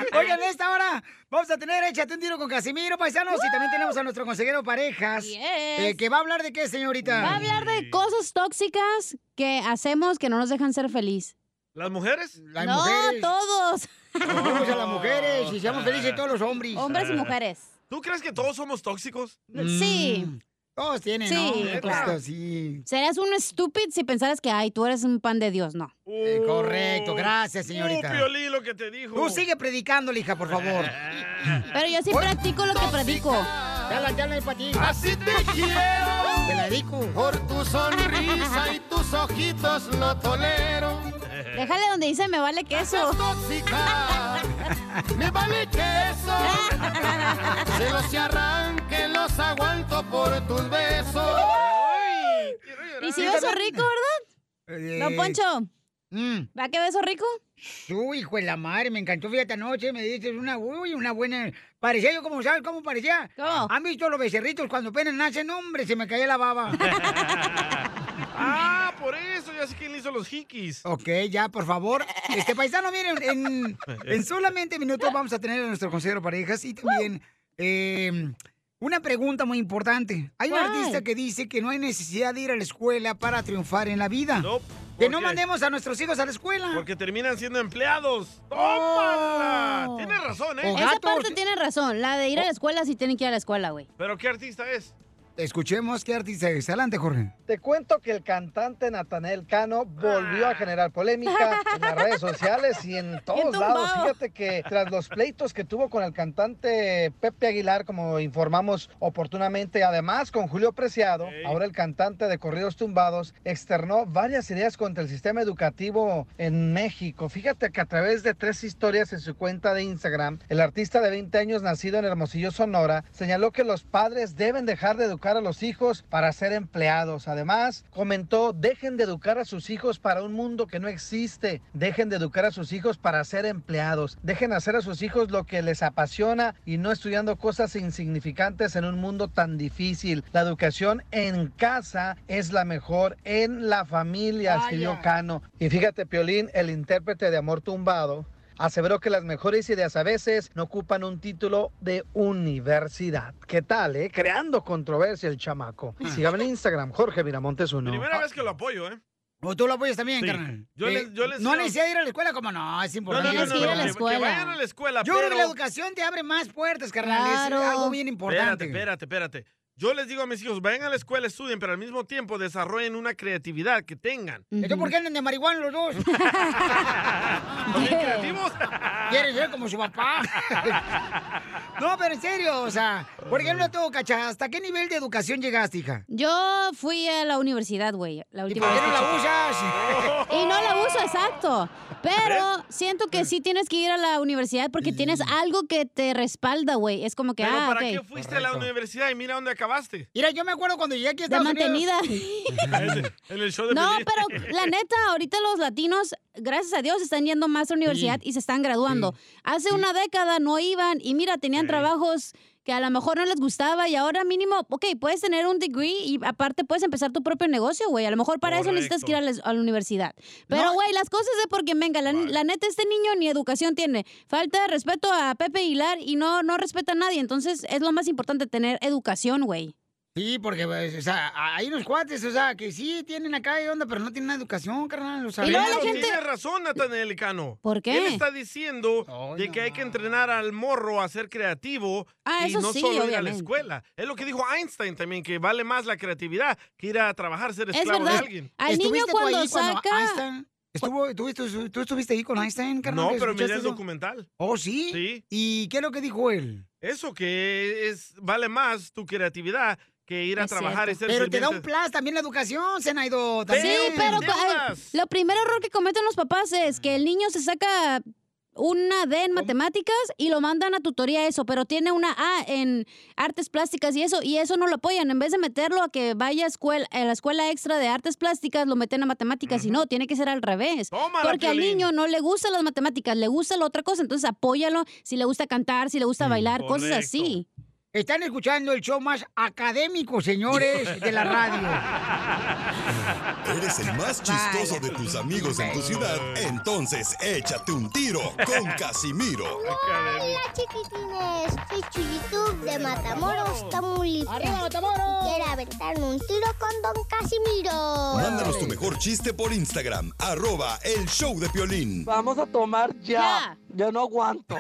[SPEAKER 1] Oigan, en esta hora vamos a tener Échate un tiro con Casimiro, paisanos, y también tenemos a nuestro consejero parejas. eh, que va a hablar de qué, señorita.
[SPEAKER 2] Va a hablar de cosas tóxicas que hacemos que no nos dejan ser feliz.
[SPEAKER 3] ¿Las mujeres?
[SPEAKER 1] Las
[SPEAKER 2] no, todos.
[SPEAKER 1] Vamos a las mujeres y
[SPEAKER 3] Ah.
[SPEAKER 1] seamos felices todos los hombres.
[SPEAKER 2] Hombres y mujeres. Mm.
[SPEAKER 3] ¿Tú crees que todos somos tóxicos?
[SPEAKER 2] Sí.
[SPEAKER 1] Todos tienen,
[SPEAKER 2] Sí,
[SPEAKER 1] ¿no? Una
[SPEAKER 2] claro.
[SPEAKER 1] cosita así.
[SPEAKER 2] Serías un estúpido si pensaras que, ay, tú eres un pan de Dios. No.
[SPEAKER 1] Eh, correcto, gracias, señorita.
[SPEAKER 3] Oh. Uh, Piolín, lo que te dijo.
[SPEAKER 1] Tú sigue predicando, hija, por favor.
[SPEAKER 2] Pero yo sí practico lo que predico.
[SPEAKER 1] Dale, dale eh, para ti.
[SPEAKER 10] Así te quiero.
[SPEAKER 1] Te la dedico.
[SPEAKER 10] Por tu sonrisa y tus ojitos no tolero.
[SPEAKER 2] Déjale donde dice me vale queso.
[SPEAKER 10] Tóxica. Me vale queso. Se los y arranque, los aguanto por tus besos.
[SPEAKER 2] Y si beso rico, ¿verdad?
[SPEAKER 1] Eh,
[SPEAKER 2] Don Poncho.
[SPEAKER 1] ¿Va
[SPEAKER 2] que beso rico?
[SPEAKER 1] Su mm. hijo de la madre, me encantó. Fíjate anoche, me dices una, uy, una buena. Parecía yo como, ¿sabes cómo parecía? ¿Han visto los becerritos cuando apenas nacen? Hombre, se me caía la baba.
[SPEAKER 3] Ah, por eso, ya sé quién le hizo los hikis.
[SPEAKER 1] Ok, ya, por favor. Este paisano, miren, en, en solamente minutos vamos a tener a nuestro consejero parejas y también eh, una pregunta muy importante. Hay un
[SPEAKER 10] ¿Cuál?
[SPEAKER 1] artista que dice que no hay necesidad de ir a la escuela para triunfar en la vida. que
[SPEAKER 3] ¿por
[SPEAKER 1] no
[SPEAKER 3] qué?
[SPEAKER 1] mandemos a nuestros hijos a la escuela.
[SPEAKER 3] Porque terminan siendo empleados. ¡Tómala!
[SPEAKER 2] Oh.
[SPEAKER 3] Tienes razón, ¿eh?
[SPEAKER 2] Esa parte tiene razón. La de ir a
[SPEAKER 1] Oh.
[SPEAKER 2] la escuela sí tienen que ir a la escuela, güey.
[SPEAKER 3] ¿Pero qué artista es?
[SPEAKER 1] Escuchemos qué artista es. Adelante, Jorge.
[SPEAKER 5] Te cuento que el cantante Natanael Cano volvió a generar polémica en las redes sociales Ah. y en todos
[SPEAKER 10] tumbado.
[SPEAKER 5] lados. Fíjate que tras los pleitos que tuvo con el cantante Pepe Aguilar, como informamos oportunamente, además con Julio Preciado, ahora el cantante de Corridos Tumbados, externó varias ideas contra el sistema educativo en México. Fíjate que a través de tres historias en su cuenta de Instagram, el artista de 20 años nacido en Hermosillo, Sonora, señaló que los padres deben dejar de educar a los hijos para ser empleados. Además, comentó, dejen de educar a sus hijos para un mundo que no existe. Dejen de educar a sus hijos para ser empleados. Dejen hacer a sus hijos lo que les apasiona y no estudiando cosas insignificantes en un mundo tan difícil. La educación en casa es la mejor, en la familia, escribió
[SPEAKER 10] Vaya.
[SPEAKER 5] Cano. Y fíjate, Piolín, el intérprete de Amor Tumbado, aseveró que las mejores ideas a veces no ocupan un título de universidad. ¿Qué tal, eh? Creando controversia el chamaco. Sígame en Instagram, Jorge Miramontes uno.
[SPEAKER 3] Primera vez que lo apoyo, ¿eh?
[SPEAKER 1] O Oh, tú lo apoyas también,
[SPEAKER 3] Sí.
[SPEAKER 1] carnal.
[SPEAKER 3] Yo
[SPEAKER 1] Eh,
[SPEAKER 3] les- yo les
[SPEAKER 1] no
[SPEAKER 3] digo-
[SPEAKER 1] necesidad de ir a la escuela, como no, es importante.
[SPEAKER 3] No, no, no, no, no, que- que vayan a la escuela,
[SPEAKER 1] Yo creo que
[SPEAKER 3] pero-
[SPEAKER 1] la educación te abre más puertas, carnal. Es algo bien importante.
[SPEAKER 3] Espérate, espérate, espérate. Yo les digo a mis hijos, vayan a la escuela, estudien, pero al mismo tiempo desarrollen una creatividad que tengan.
[SPEAKER 1] Entonces, ¿por qué andan de marihuana los dos?
[SPEAKER 3] creativos?
[SPEAKER 1] ¿Quieres ser como su papá? no, pero en serio, o sea, por ejemplo, tú, Cacha, ¿hasta qué nivel de educación llegaste, hija?
[SPEAKER 2] Yo fui a la universidad, güey. La última
[SPEAKER 1] por qué
[SPEAKER 2] vez
[SPEAKER 1] no
[SPEAKER 2] que
[SPEAKER 1] la
[SPEAKER 2] chequé.
[SPEAKER 1] usas? Oh.
[SPEAKER 2] Y no la uso, exacto. Pero siento que sí tienes que ir a la universidad porque tienes algo que te respalda, güey. Es como que,
[SPEAKER 3] Pero
[SPEAKER 2] ah,
[SPEAKER 3] ¿para
[SPEAKER 2] ok.
[SPEAKER 3] qué fuiste a la universidad y mira dónde acabaste?
[SPEAKER 1] Mira, yo me acuerdo cuando llegué aquí a
[SPEAKER 2] De
[SPEAKER 1] Estados
[SPEAKER 2] mantenida.
[SPEAKER 3] en en el show de
[SPEAKER 2] No,
[SPEAKER 3] Piolín.
[SPEAKER 2] pero la neta, ahorita los latinos, gracias a Dios, están yendo más a la universidad y se están graduando. Hace una década no iban y mira, tenían trabajos que a lo mejor no les gustaba y ahora mínimo, ok, puedes tener un degree y aparte puedes empezar tu propio negocio, güey. A lo mejor para eso necesitas que ir a la, a la universidad. Pero, güey, las cosas de por quien venga. La, la neta, este niño ni educación tiene. Falta de respeto a Pepe Aguilar y no, no respeta a nadie. Entonces, es lo más importante, tener educación, güey.
[SPEAKER 1] Sí, porque, pues, o sea, hay unos cuates, o sea, que sí tienen acá y onda, pero no tienen una educación, carnal. O sea,
[SPEAKER 3] Pero tiene razón, Natanael Cano.
[SPEAKER 1] ¿Por qué?
[SPEAKER 3] Él está diciendo de que hay que entrenar al morro a ser creativo
[SPEAKER 2] Ah,
[SPEAKER 3] y
[SPEAKER 2] eso
[SPEAKER 3] no
[SPEAKER 2] sí,
[SPEAKER 3] solo ir a la
[SPEAKER 2] obviamente.
[SPEAKER 3] escuela. Es lo que dijo Einstein también, que vale más la creatividad que ir a trabajar, ser
[SPEAKER 2] Es
[SPEAKER 3] esclavo de
[SPEAKER 2] verdad.
[SPEAKER 3] alguien.
[SPEAKER 2] Al niño
[SPEAKER 1] ¿Estuviste tú
[SPEAKER 2] cuando
[SPEAKER 1] ahí cuando
[SPEAKER 2] saca...
[SPEAKER 1] Einstein- Estuvo, ¿tú, tú- tú estuviste ahí con Einstein, carnal?
[SPEAKER 3] No,
[SPEAKER 1] que
[SPEAKER 3] pero miré
[SPEAKER 1] escuchaste
[SPEAKER 3] el
[SPEAKER 1] eso?
[SPEAKER 3] documental.
[SPEAKER 1] ¿Oh, sí?
[SPEAKER 3] Sí.
[SPEAKER 1] ¿Y qué es lo que dijo él?
[SPEAKER 3] Eso que es vale más tu creatividad que ir a
[SPEAKER 1] Es
[SPEAKER 3] trabajar
[SPEAKER 1] cierto.
[SPEAKER 3] y ser
[SPEAKER 1] Pero te da un
[SPEAKER 3] sirviente.
[SPEAKER 1] plus también la educación, Zenaido.
[SPEAKER 2] Sí,
[SPEAKER 1] También. Eh,
[SPEAKER 2] pero a ver, lo primer error que cometen los papás es que el niño se saca una D en matemáticas y lo mandan a tutoría eso, pero tiene una A en artes plásticas y eso, y eso no lo apoyan. En vez de meterlo a que vaya a, escuela, a la escuela extra de artes plásticas, lo meten a matemáticas y no, tiene que ser al revés. porque al
[SPEAKER 15] Piolín.
[SPEAKER 2] niño no le gustan las matemáticas, le gusta la otra cosa, entonces apóyalo si le gusta cantar, si le gusta bailar, cosas
[SPEAKER 1] correcto.
[SPEAKER 2] así.
[SPEAKER 1] Están escuchando el show más académico, señores, de la radio.
[SPEAKER 4] Eres el más chistoso de tus amigos en tu ciudad. Entonces, échate un tiro con Casimiro.
[SPEAKER 9] Hola chiquitines, soy Chuyitub de Matamoros, Tamaulipas. ¡Arriba Matamoros! Quiero aventarme un tiro con Don Casimiro.
[SPEAKER 4] Mándanos tu mejor chiste por Instagram, arroba el show de Piolín.
[SPEAKER 7] Vamos a tomar ya. Yo no aguanto.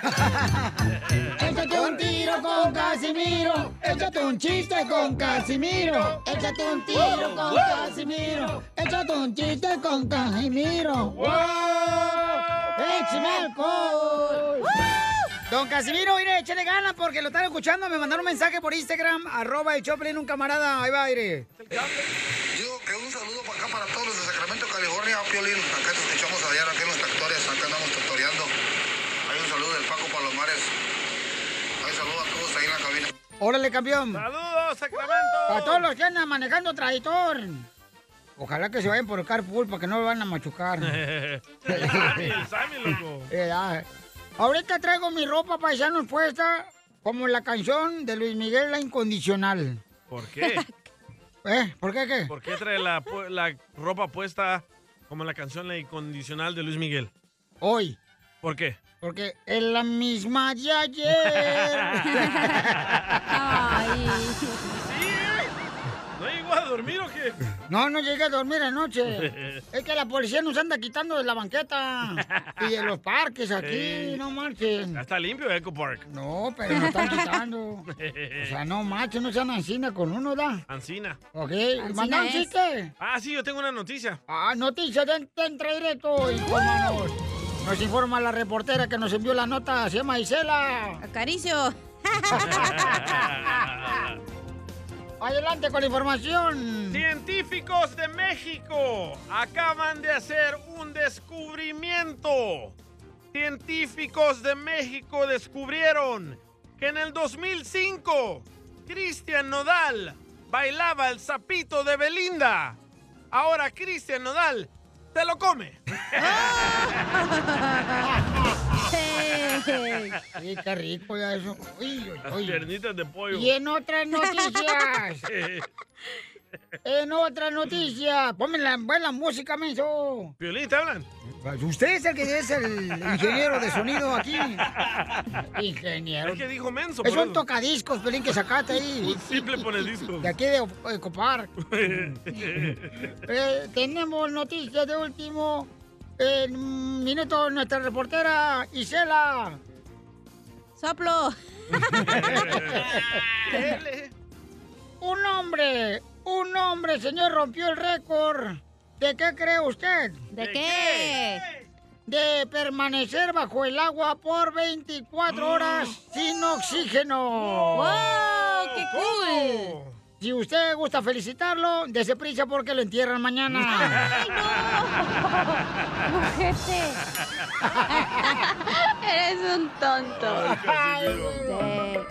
[SPEAKER 1] Échate un tiro con Casimiro. Échate un chiste con Casimiro. Échate un tiro con Casimiro. Échate un chiste con Casimiro. ¡Wow! ¡Échame alcohol! Don Casimiro, mire, échale ganas porque lo están escuchando. Me mandaron un mensaje por Instagram, arroba el Choplin, un camarada. Ahí va, aire.
[SPEAKER 13] Digo que un saludo para acá, para todos los de Sacramento, California, oh, Piolín. Acá te escuchamos allá, aquí en los tractores, acá andamos tutoreando. Hay un saludo del Paco Palomares. Hay un saludo a todos ahí en la cabina.
[SPEAKER 1] Órale, campeón.
[SPEAKER 3] ¡Saludos, Sacramento!
[SPEAKER 1] Para todos los que andan manejando traidor. Ojalá que se vayan por el carpool para que no lo van a machucar.
[SPEAKER 3] El Sammy, el Sammy, loco.
[SPEAKER 1] Eh, ah, Ahorita traigo mi ropa paisanos puesta como la canción de Luis Miguel La Incondicional.
[SPEAKER 3] ¿Por qué?
[SPEAKER 1] ¿Eh? ¿Por qué qué?
[SPEAKER 3] ¿Por qué trae la, pu- la ropa puesta como la canción La Incondicional de Luis Miguel?
[SPEAKER 1] Hoy.
[SPEAKER 3] ¿Por qué?
[SPEAKER 1] Porque es la misma de ayer.
[SPEAKER 2] Ay.
[SPEAKER 3] ¿No llegó a dormir o qué?
[SPEAKER 1] No, no llegué a dormir anoche. Es que la policía nos anda quitando de la banqueta y de los parques aquí,
[SPEAKER 3] Ey.
[SPEAKER 1] no marchen.
[SPEAKER 3] Ya está limpio Echo Park.
[SPEAKER 1] No, pero nos están quitando. O sea, no marchen, no sean ansina con uno, ¿da?
[SPEAKER 3] Ancina.
[SPEAKER 1] Ok, manda un
[SPEAKER 3] es.
[SPEAKER 1] chiste.
[SPEAKER 3] Ah, sí, yo tengo una noticia.
[SPEAKER 1] Ah, noticias de Entra Directo, infórmanos. Nos informa la reportera que nos envió la nota, se llama Isela.
[SPEAKER 2] Acaricio.
[SPEAKER 1] Adelante con la información.
[SPEAKER 3] Científicos de México acaban de hacer un descubrimiento. Científicos de México descubrieron que en el 2005 Cristian Nodal bailaba el sapito de Belinda. Ahora Cristian Nodal te lo come.
[SPEAKER 1] Sí, qué rico ya eso. Uy, uy,
[SPEAKER 3] Las
[SPEAKER 1] uy.
[SPEAKER 3] piernitas de pollo.
[SPEAKER 1] Y en otras noticias, en otras noticias, ponme la buena música, menso.
[SPEAKER 3] Piolín, ¿te hablan?
[SPEAKER 1] Usted es el que es el ingeniero de sonido aquí. Ingeniero.
[SPEAKER 3] Es que dijo menso.
[SPEAKER 1] Es
[SPEAKER 3] por
[SPEAKER 1] un
[SPEAKER 3] eso.
[SPEAKER 1] tocadiscos, Pelín, que sacaste ahí.
[SPEAKER 3] Un simple pone disco.
[SPEAKER 1] De aquí de eh, Copar. Eh, tenemos noticias de último eh, minuto. Nuestra reportera Isela.
[SPEAKER 2] Soplo.
[SPEAKER 1] un hombre, un hombre, señor, rompió el récord. ¿De qué cree usted?
[SPEAKER 2] ¿De qué?
[SPEAKER 1] De permanecer bajo el agua por
[SPEAKER 2] Mm.
[SPEAKER 1] 24 horas sin oxígeno.
[SPEAKER 2] ¡Wow! ¡Qué
[SPEAKER 1] cool! Si usted gusta felicitarlo, dese prisa porque lo entierran mañana.
[SPEAKER 2] ¡Ay, no! ¡Mujete! Eres un tonto.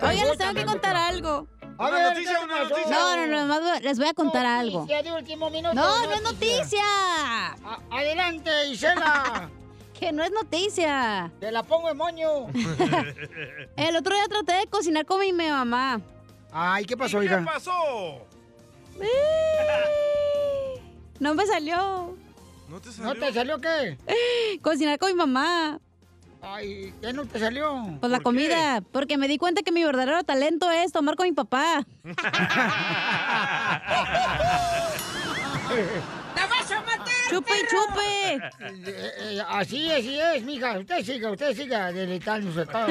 [SPEAKER 2] Oye, les tengo que contar algo.
[SPEAKER 1] A ver, noticia, una noticia.
[SPEAKER 2] No, no, no, nomás voy- les voy a contar algo.
[SPEAKER 1] Noticia de último minuto.
[SPEAKER 2] No, no es noticia.
[SPEAKER 1] A- adelante, Isela.
[SPEAKER 2] que no es noticia.
[SPEAKER 1] Te la pongo en moño.
[SPEAKER 2] El otro día traté de cocinar con mi, mi mamá.
[SPEAKER 1] Ay, ¿qué pasó,
[SPEAKER 3] ¿Qué
[SPEAKER 1] hija?
[SPEAKER 3] pasó?
[SPEAKER 2] No me salió.
[SPEAKER 3] No te
[SPEAKER 1] ¿No te salió qué?
[SPEAKER 2] Cocinar con mi mamá.
[SPEAKER 1] Ay, ¿qué no te salió?
[SPEAKER 2] Pues la comida, porque me di cuenta que mi verdadero talento es tomar con mi papá.
[SPEAKER 16] ¡Te vas a matar!
[SPEAKER 2] ¡Chupe, chupe!
[SPEAKER 1] Eh, eh, así es, así es, mija. Usted siga, usted siga deleitando su estado.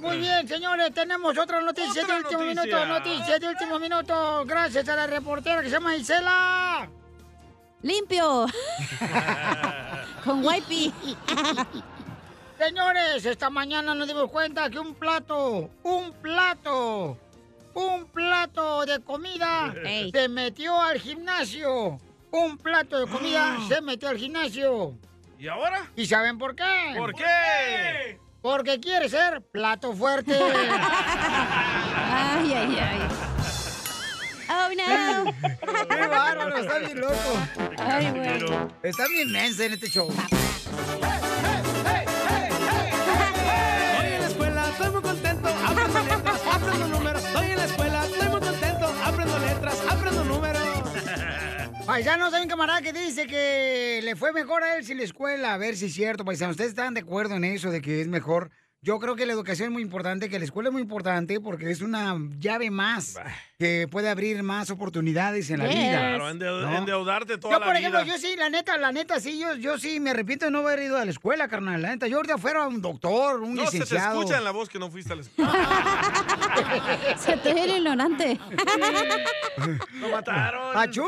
[SPEAKER 1] Muy
[SPEAKER 10] Pues
[SPEAKER 1] bien, señores, tenemos otra noticia de último
[SPEAKER 16] noticia.
[SPEAKER 1] minuto, noticia de último minuto. Gracias a la reportera que se llama Isela.
[SPEAKER 2] Limpio. Con wipey.
[SPEAKER 1] Señores, esta mañana nos dimos cuenta que un plato, un plato, un plato de comida
[SPEAKER 16] Ey.
[SPEAKER 1] se metió al gimnasio. Un plato de comida se metió al gimnasio.
[SPEAKER 3] ¿Y ahora?
[SPEAKER 1] ¿Y saben por qué?
[SPEAKER 3] ¿Por qué?
[SPEAKER 1] Porque quiere ser plato fuerte.
[SPEAKER 2] ay, ay, ay. Oh, no.
[SPEAKER 1] Qué bárbaro, está bien loco.
[SPEAKER 2] Ay, güey.
[SPEAKER 1] Está bien mensa en este show.
[SPEAKER 16] Estoy en la escuela, estoy muy contento, aprendo letras, aprendo números. Estoy en la escuela, estoy muy contento, aprendo letras, aprendo números.
[SPEAKER 1] Paisanos, hay un camarada que dice que le fue mejor a él sin la escuela. A ver si es cierto, paisanos. ¿Ustedes están de acuerdo en eso de que es mejor? Yo creo que la educación es muy importante, que la escuela es muy importante porque es una llave más que puede abrir más oportunidades en la vida.
[SPEAKER 3] Claro, endeud-
[SPEAKER 1] ¿no?
[SPEAKER 3] endeudarte toda
[SPEAKER 1] Yo,
[SPEAKER 3] la
[SPEAKER 1] por ejemplo,
[SPEAKER 3] vida.
[SPEAKER 1] yo sí, la neta, la neta, sí, yo, yo sí me arrepiento de no haber ido a la escuela, carnal. La neta, yo ahorita fuera un doctor, un
[SPEAKER 3] no se te
[SPEAKER 1] licenciado. Ah,
[SPEAKER 3] escucha en la voz que no fuiste a la escuela.
[SPEAKER 2] Se te ve el ignorante.
[SPEAKER 3] Lo mataron.
[SPEAKER 1] ¡Achú!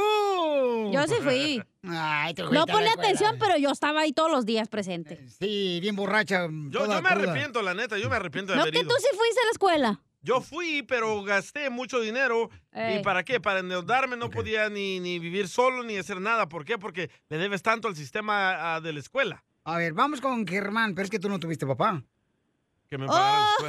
[SPEAKER 2] Yo sí fui.
[SPEAKER 1] Ay, te fuiste a
[SPEAKER 2] No
[SPEAKER 1] la
[SPEAKER 2] ponle
[SPEAKER 1] escuela.
[SPEAKER 2] atención, pero yo estaba ahí todos los días presente.
[SPEAKER 1] Sí, bien borracha.
[SPEAKER 3] Yo, yo me arrepiento, la neta, yo me arrepiento de
[SPEAKER 2] No,
[SPEAKER 3] haber
[SPEAKER 2] que
[SPEAKER 3] ido.
[SPEAKER 2] tú sí fuiste a la escuela.
[SPEAKER 3] Yo fui, pero gasté mucho dinero.
[SPEAKER 2] Ey.
[SPEAKER 3] ¿Y para qué? Para endeudarme no podía ni, ni vivir solo ni hacer nada. ¿Por qué? Porque le debes tanto al sistema ah, de la escuela.
[SPEAKER 1] A ver, vamos con Germán, pero es que tú no tuviste papá.
[SPEAKER 3] Que me pagaron la
[SPEAKER 2] Oh.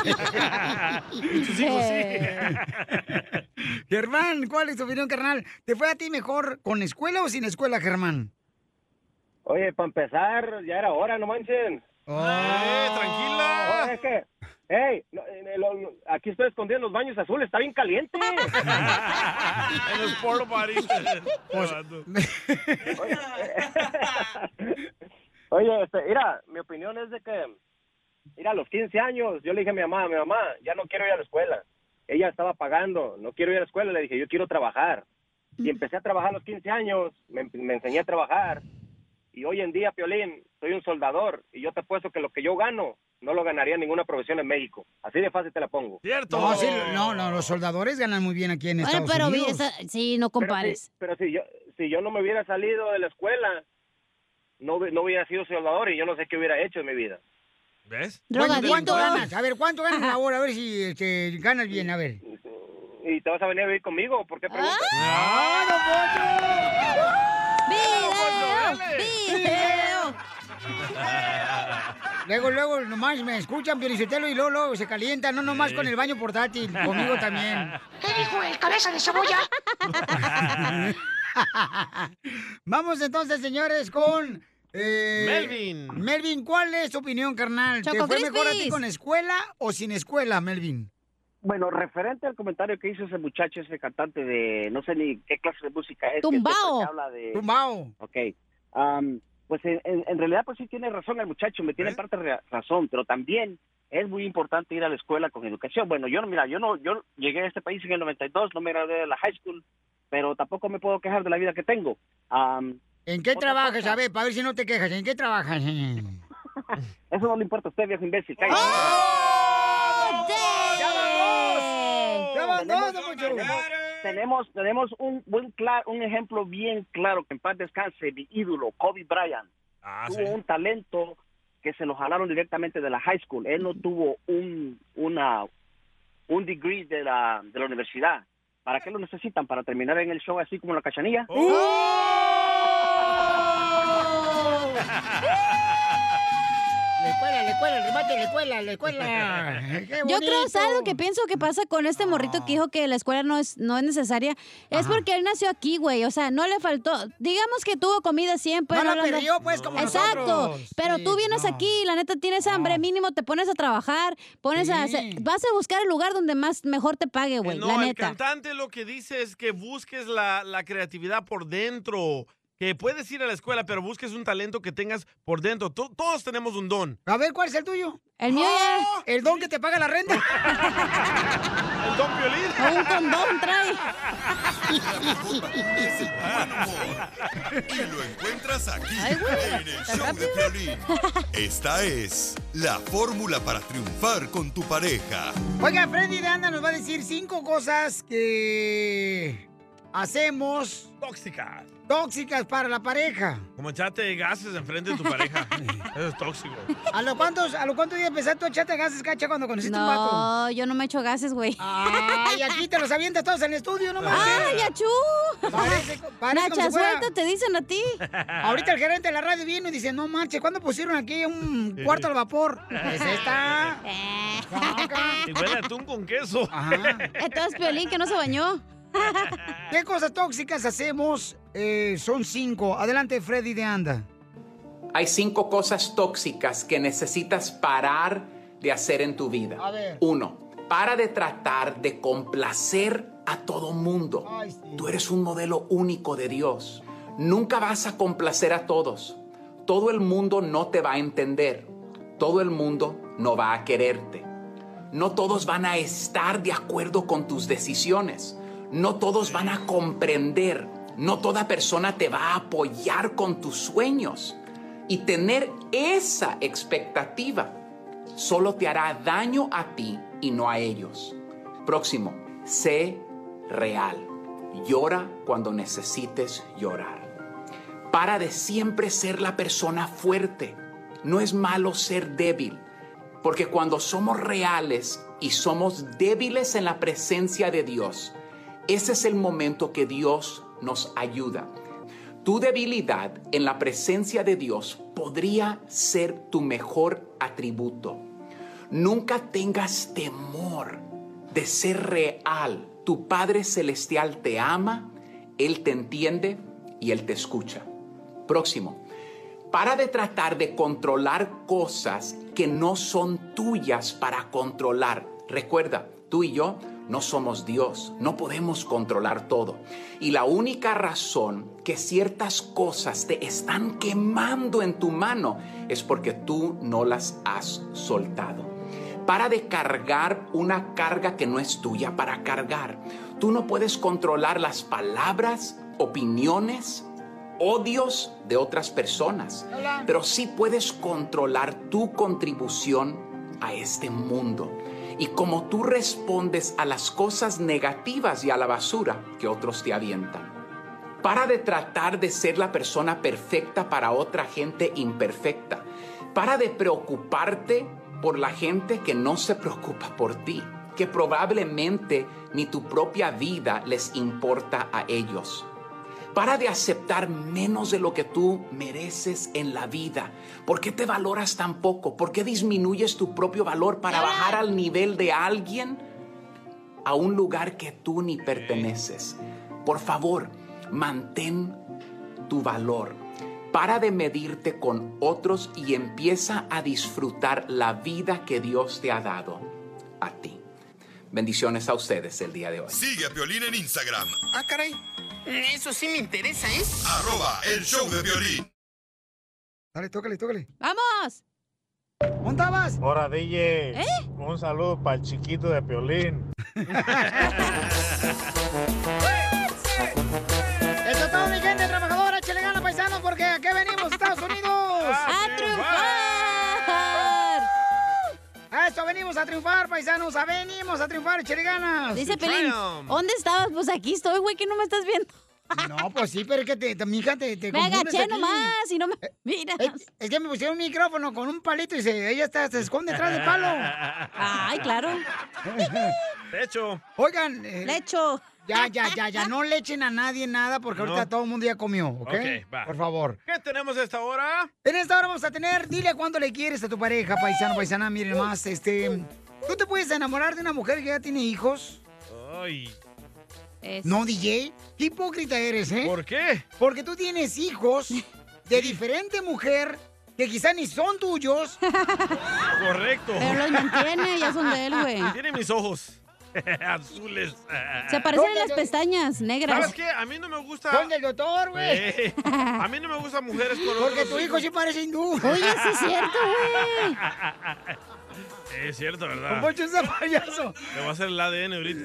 [SPEAKER 3] escuela, sí. Tus hijos, sí.
[SPEAKER 1] Germán, ¿cuál es tu opinión, carnal? ¿Te fue a ti mejor con escuela o sin escuela, Germán?
[SPEAKER 13] Oye, para empezar, ya era hora, no manchen.
[SPEAKER 3] Eh,
[SPEAKER 13] tranquila! es que, hey, no, eh, lo- lo- aquí estoy escondido en los baños azules, está bien caliente.
[SPEAKER 3] en los polo parties.
[SPEAKER 13] Pues,
[SPEAKER 11] Pues,
[SPEAKER 13] Oye, este, mira, mi opinión es de que, mira, a los 15 años, yo le dije a mi mamá, mi mamá, ya no quiero ir a la escuela. Ella estaba pagando, no quiero ir a la escuela, le dije, yo quiero trabajar. Y empecé a trabajar a los 15 años, me, me enseñé a trabajar. Y hoy en día, Piolín, soy un soldador y yo te apuesto que lo que yo gano no lo ganaría en ninguna profesión en México. Así de fácil te la pongo.
[SPEAKER 3] Cierto.
[SPEAKER 1] No, sí, no, no, los soldadores ganan muy bien aquí en
[SPEAKER 2] Bueno,
[SPEAKER 1] Estados
[SPEAKER 2] pero vi-
[SPEAKER 1] Unidos.
[SPEAKER 2] esa- sí, no compares.
[SPEAKER 13] Pero si yo, si yo no me hubiera salido de la escuela, no, hubi- no hubiera sido soldador y yo no sé qué hubiera hecho en mi vida.
[SPEAKER 3] ¿Ves?
[SPEAKER 1] ¿Cuánto, cuánto
[SPEAKER 13] Drogadicto.
[SPEAKER 1] ganas? A ver, ¿cuánto ganas la hora? A ver si este, ganas bien, a ver.
[SPEAKER 13] ¿Y te vas a venir a vivir conmigo? ¿Por qué preguntas?
[SPEAKER 1] Ah.
[SPEAKER 2] ¡Video!
[SPEAKER 1] Luego, luego, nomás me escuchan, Pionicetelo, y luego, luego se calientan, no nomás con el baño portátil, conmigo también.
[SPEAKER 16] ¿Qué dijo el cabeza de cebolla?
[SPEAKER 1] Vamos entonces, señores, con... eh,
[SPEAKER 3] Melvin.
[SPEAKER 1] Melvin, ¿cuál es tu opinión, carnal? ¿Te
[SPEAKER 13] Choco
[SPEAKER 1] fue mejor a ti
[SPEAKER 13] Crispies.
[SPEAKER 1] con escuela o sin escuela, Melvin?
[SPEAKER 13] Bueno, referente al comentario que hizo ese muchacho, ese cantante de no sé ni qué clase de música es. que
[SPEAKER 16] Tumbao.
[SPEAKER 13] siempre se habla de...
[SPEAKER 1] Tumbao.
[SPEAKER 13] Ok. Am, pues en, en- en realidad, pues sí tiene razón el muchacho, me tiene en parte rea- razón, pero también es muy importante ir a la escuela con educación. Bueno, yo no, mira, yo no, yo llegué a este país en el 92, no me gradué de la high school, pero tampoco me puedo quejar de la vida que tengo. Am,
[SPEAKER 1] ¿En qué
[SPEAKER 13] Otra
[SPEAKER 1] trabajas?
[SPEAKER 13] cosa.
[SPEAKER 1] A ver, para ver si no te quejas. ¿En qué trabajas?
[SPEAKER 13] eso no le importa a usted, viejo imbécil. cállese.
[SPEAKER 1] ¡Oh! ¡Ya van
[SPEAKER 13] Tenemos-
[SPEAKER 1] dos, don Poncho!
[SPEAKER 13] tenemos, tenemos, tenemos un buen cla- un ejemplo bien claro que en paz descanse mi ídolo Kobe Bryant
[SPEAKER 11] Ah,
[SPEAKER 13] tuvo
[SPEAKER 16] sí.
[SPEAKER 13] un talento que se lo jalaron directamente de la high school. Él no tuvo un una un degree de la de la universidad. ¿Para qué lo necesitan? Para terminar en el show así como la cachanilla.
[SPEAKER 1] La escuela, la escuela, el remate, la escuela, la escuela. Qué
[SPEAKER 2] Yo creo,
[SPEAKER 1] bonito. Ah.
[SPEAKER 2] ¿sabes algo que pienso que pasa con este morrito que dijo que la escuela no es, no es necesaria? Es porque él nació aquí, güey. O sea, no le faltó. Digamos que tuvo comida siempre.
[SPEAKER 1] No la
[SPEAKER 2] hablando-
[SPEAKER 1] perdió, pues, como
[SPEAKER 2] Exacto.
[SPEAKER 1] nosotros.
[SPEAKER 2] Pero tú vienes aquí y la neta tienes hambre mínimo, te pones a trabajar, pones a hacer- vas a buscar el lugar donde más mejor te pague,
[SPEAKER 1] Eh,
[SPEAKER 2] güey.
[SPEAKER 3] No,
[SPEAKER 2] pues la
[SPEAKER 3] el
[SPEAKER 2] neta.
[SPEAKER 3] cantante lo que dice es que busques la, la creatividad por dentro, que puedes ir a la escuela, pero busques un talento que tengas por dentro. To- todos tenemos un don.
[SPEAKER 1] A ver, ¿cuál es el tuyo?
[SPEAKER 2] El mío
[SPEAKER 1] es... El don que te paga la renta.
[SPEAKER 3] el don violín.
[SPEAKER 2] Un condón trae.
[SPEAKER 4] Es el buen humor. Y lo encuentras aquí,
[SPEAKER 2] Ay, güey.
[SPEAKER 4] en el show de Piolín. Esta es la fórmula para triunfar con tu pareja.
[SPEAKER 1] Oiga, Freddy de Anda nos va a decir cinco cosas que hacemos
[SPEAKER 3] tóxicas.
[SPEAKER 1] Tóxicas para la pareja.
[SPEAKER 3] Como echarte gases enfrente de tu pareja. Eso es tóxico.
[SPEAKER 1] ¿A los cuántos, a los cuántos días empezaste tú a echarte gases, cacha, cuando conociste un vato?
[SPEAKER 2] No, yo no me echo gases, güey.
[SPEAKER 1] Ay, aquí te los avientas todos en el estudio, no manches.
[SPEAKER 2] ¡Ay, achú!
[SPEAKER 1] Parece- parece como
[SPEAKER 2] Nacha,
[SPEAKER 1] si fuera-
[SPEAKER 2] suelta, te dicen a ti.
[SPEAKER 1] Ahorita el gerente de la radio vino y dice, no manches, ¿cuándo pusieron aquí un cuarto al vapor? Es esta.
[SPEAKER 3] Y huele a atún con queso.
[SPEAKER 1] Entonces, Piolín, que no se bañó. ¿Qué cosas tóxicas hacemos? Eh, son cinco. Adelante, Freddy de Anda.
[SPEAKER 17] Hay cinco cosas tóxicas que necesitas parar de hacer en tu vida.
[SPEAKER 1] A ver.
[SPEAKER 17] Uno, para de tratar de complacer a todo mundo. Tú eres un modelo único de Dios. Nunca vas a complacer a todos. Todo el mundo no te va a entender. Todo el mundo no va a quererte. No todos van a estar de acuerdo con tus decisiones. No todos van a comprender. No toda persona te va a apoyar con tus sueños. Y tener esa expectativa solo te hará daño a ti y no a ellos. Próximo, sé real. Llora cuando necesites llorar. Para de siempre ser la persona fuerte. No es malo ser débil, porque cuando somos reales y somos débiles en la presencia de Dios, ese es el momento que Dios nos ayuda. Tu debilidad en la presencia de Dios podría ser tu mejor atributo. Nunca tengas temor de ser real. Tu Padre Celestial te ama, Él te entiende y Él te escucha. Próximo. Para de tratar de controlar cosas que no son tuyas para controlar. Recuerda, tú y yo no somos Dios, no podemos controlar todo. Y la única razón que ciertas cosas te están quemando en tu mano es porque tú no las has soltado. Para de cargar una carga que no es tuya para cargar. Tú no puedes controlar las palabras, opiniones, odios de otras personas, pero sí puedes controlar tu contribución a este mundo. Y como tú respondes a las cosas negativas y a la basura que otros te avientan. Para de tratar de ser la persona perfecta para otra gente imperfecta. Para de preocuparte por la gente que no se preocupa por ti, que probablemente ni tu propia vida les importa a ellos. Para de aceptar menos de lo que tú mereces en la vida. ¿Por qué te valoras tan poco? ¿Por qué disminuyes tu propio valor para bajar al nivel de alguien a un lugar que tú ni perteneces? Por favor, mantén tu valor. Para de medirte con otros y empieza a disfrutar la vida que Dios te ha dado a ti. Bendiciones a ustedes el día de hoy.
[SPEAKER 4] Sigue a Piolín en Instagram,
[SPEAKER 18] Ah, caray. Eso sí me interesa, ¿eh?
[SPEAKER 4] arroba el show de Piolín.
[SPEAKER 1] Dale, tócale, tócale.
[SPEAKER 2] ¡Vamos!
[SPEAKER 1] ¿Montabas?
[SPEAKER 19] Ahora, DJ.
[SPEAKER 13] ¿Eh?
[SPEAKER 19] Un saludo para el chiquito de Piolín.
[SPEAKER 1] Eso es todo, mi gente trabajadora. Échale gana, paisano, porque aquí venimos, Estados Unidos. ¡A
[SPEAKER 2] triunfar!
[SPEAKER 1] A eso venimos a triunfar, paisanos. A venimos a triunfar, échale ganas.
[SPEAKER 2] Dice Pelín, ¿dónde estabas? Pues aquí estoy, güey, que no me estás viendo.
[SPEAKER 1] No, pues sí, pero es que te, te- mija, te, te
[SPEAKER 2] Me
[SPEAKER 1] confundes
[SPEAKER 2] agaché
[SPEAKER 1] aquí. Eh.
[SPEAKER 2] nomás y no me miras.
[SPEAKER 1] Es, es que me pusieron un micrófono con un palito y se, ella está, se esconde detrás del palo.
[SPEAKER 2] Ay, claro.
[SPEAKER 3] Hecho.
[SPEAKER 1] Oigan. Lecho. Ya, ya, ya, ya. No le echen a nadie nada porque ahorita todo el mundo ya comió, ¿ok?
[SPEAKER 3] Ok, va.
[SPEAKER 1] Por favor.
[SPEAKER 3] ¿Qué tenemos a esta hora?
[SPEAKER 1] En esta hora vamos a tener, dile cuánto le quieres a tu pareja, paisano, paisana, miren más, este... ¿Tú te puedes enamorar de una mujer que ya tiene hijos?
[SPEAKER 3] Ay.
[SPEAKER 1] No, DJ. Qué hipócrita eres, ¿eh? ¿Por
[SPEAKER 3] qué?
[SPEAKER 1] Porque tú tienes hijos de diferente mujer que quizá ni son tuyos.
[SPEAKER 3] Correcto.
[SPEAKER 1] Pero los mantiene, ya son de él, güey.
[SPEAKER 3] Tiene mis ojos. Azules.
[SPEAKER 2] Se parecen las pestañas negras.
[SPEAKER 3] ¿Sabes qué? A mí no me gusta.
[SPEAKER 2] Ponle el doctor, güey.
[SPEAKER 3] Eh, a mí no me gustan mujeres con
[SPEAKER 1] Porque
[SPEAKER 3] otros
[SPEAKER 1] tu hijo
[SPEAKER 3] hijos.
[SPEAKER 1] sí parece hindú.
[SPEAKER 2] Oye, sí es cierto, güey.
[SPEAKER 3] Es cierto,
[SPEAKER 1] Don
[SPEAKER 3] ¿verdad?
[SPEAKER 1] Poncho es un payaso.
[SPEAKER 3] Le voy a hacer el ADN ahorita.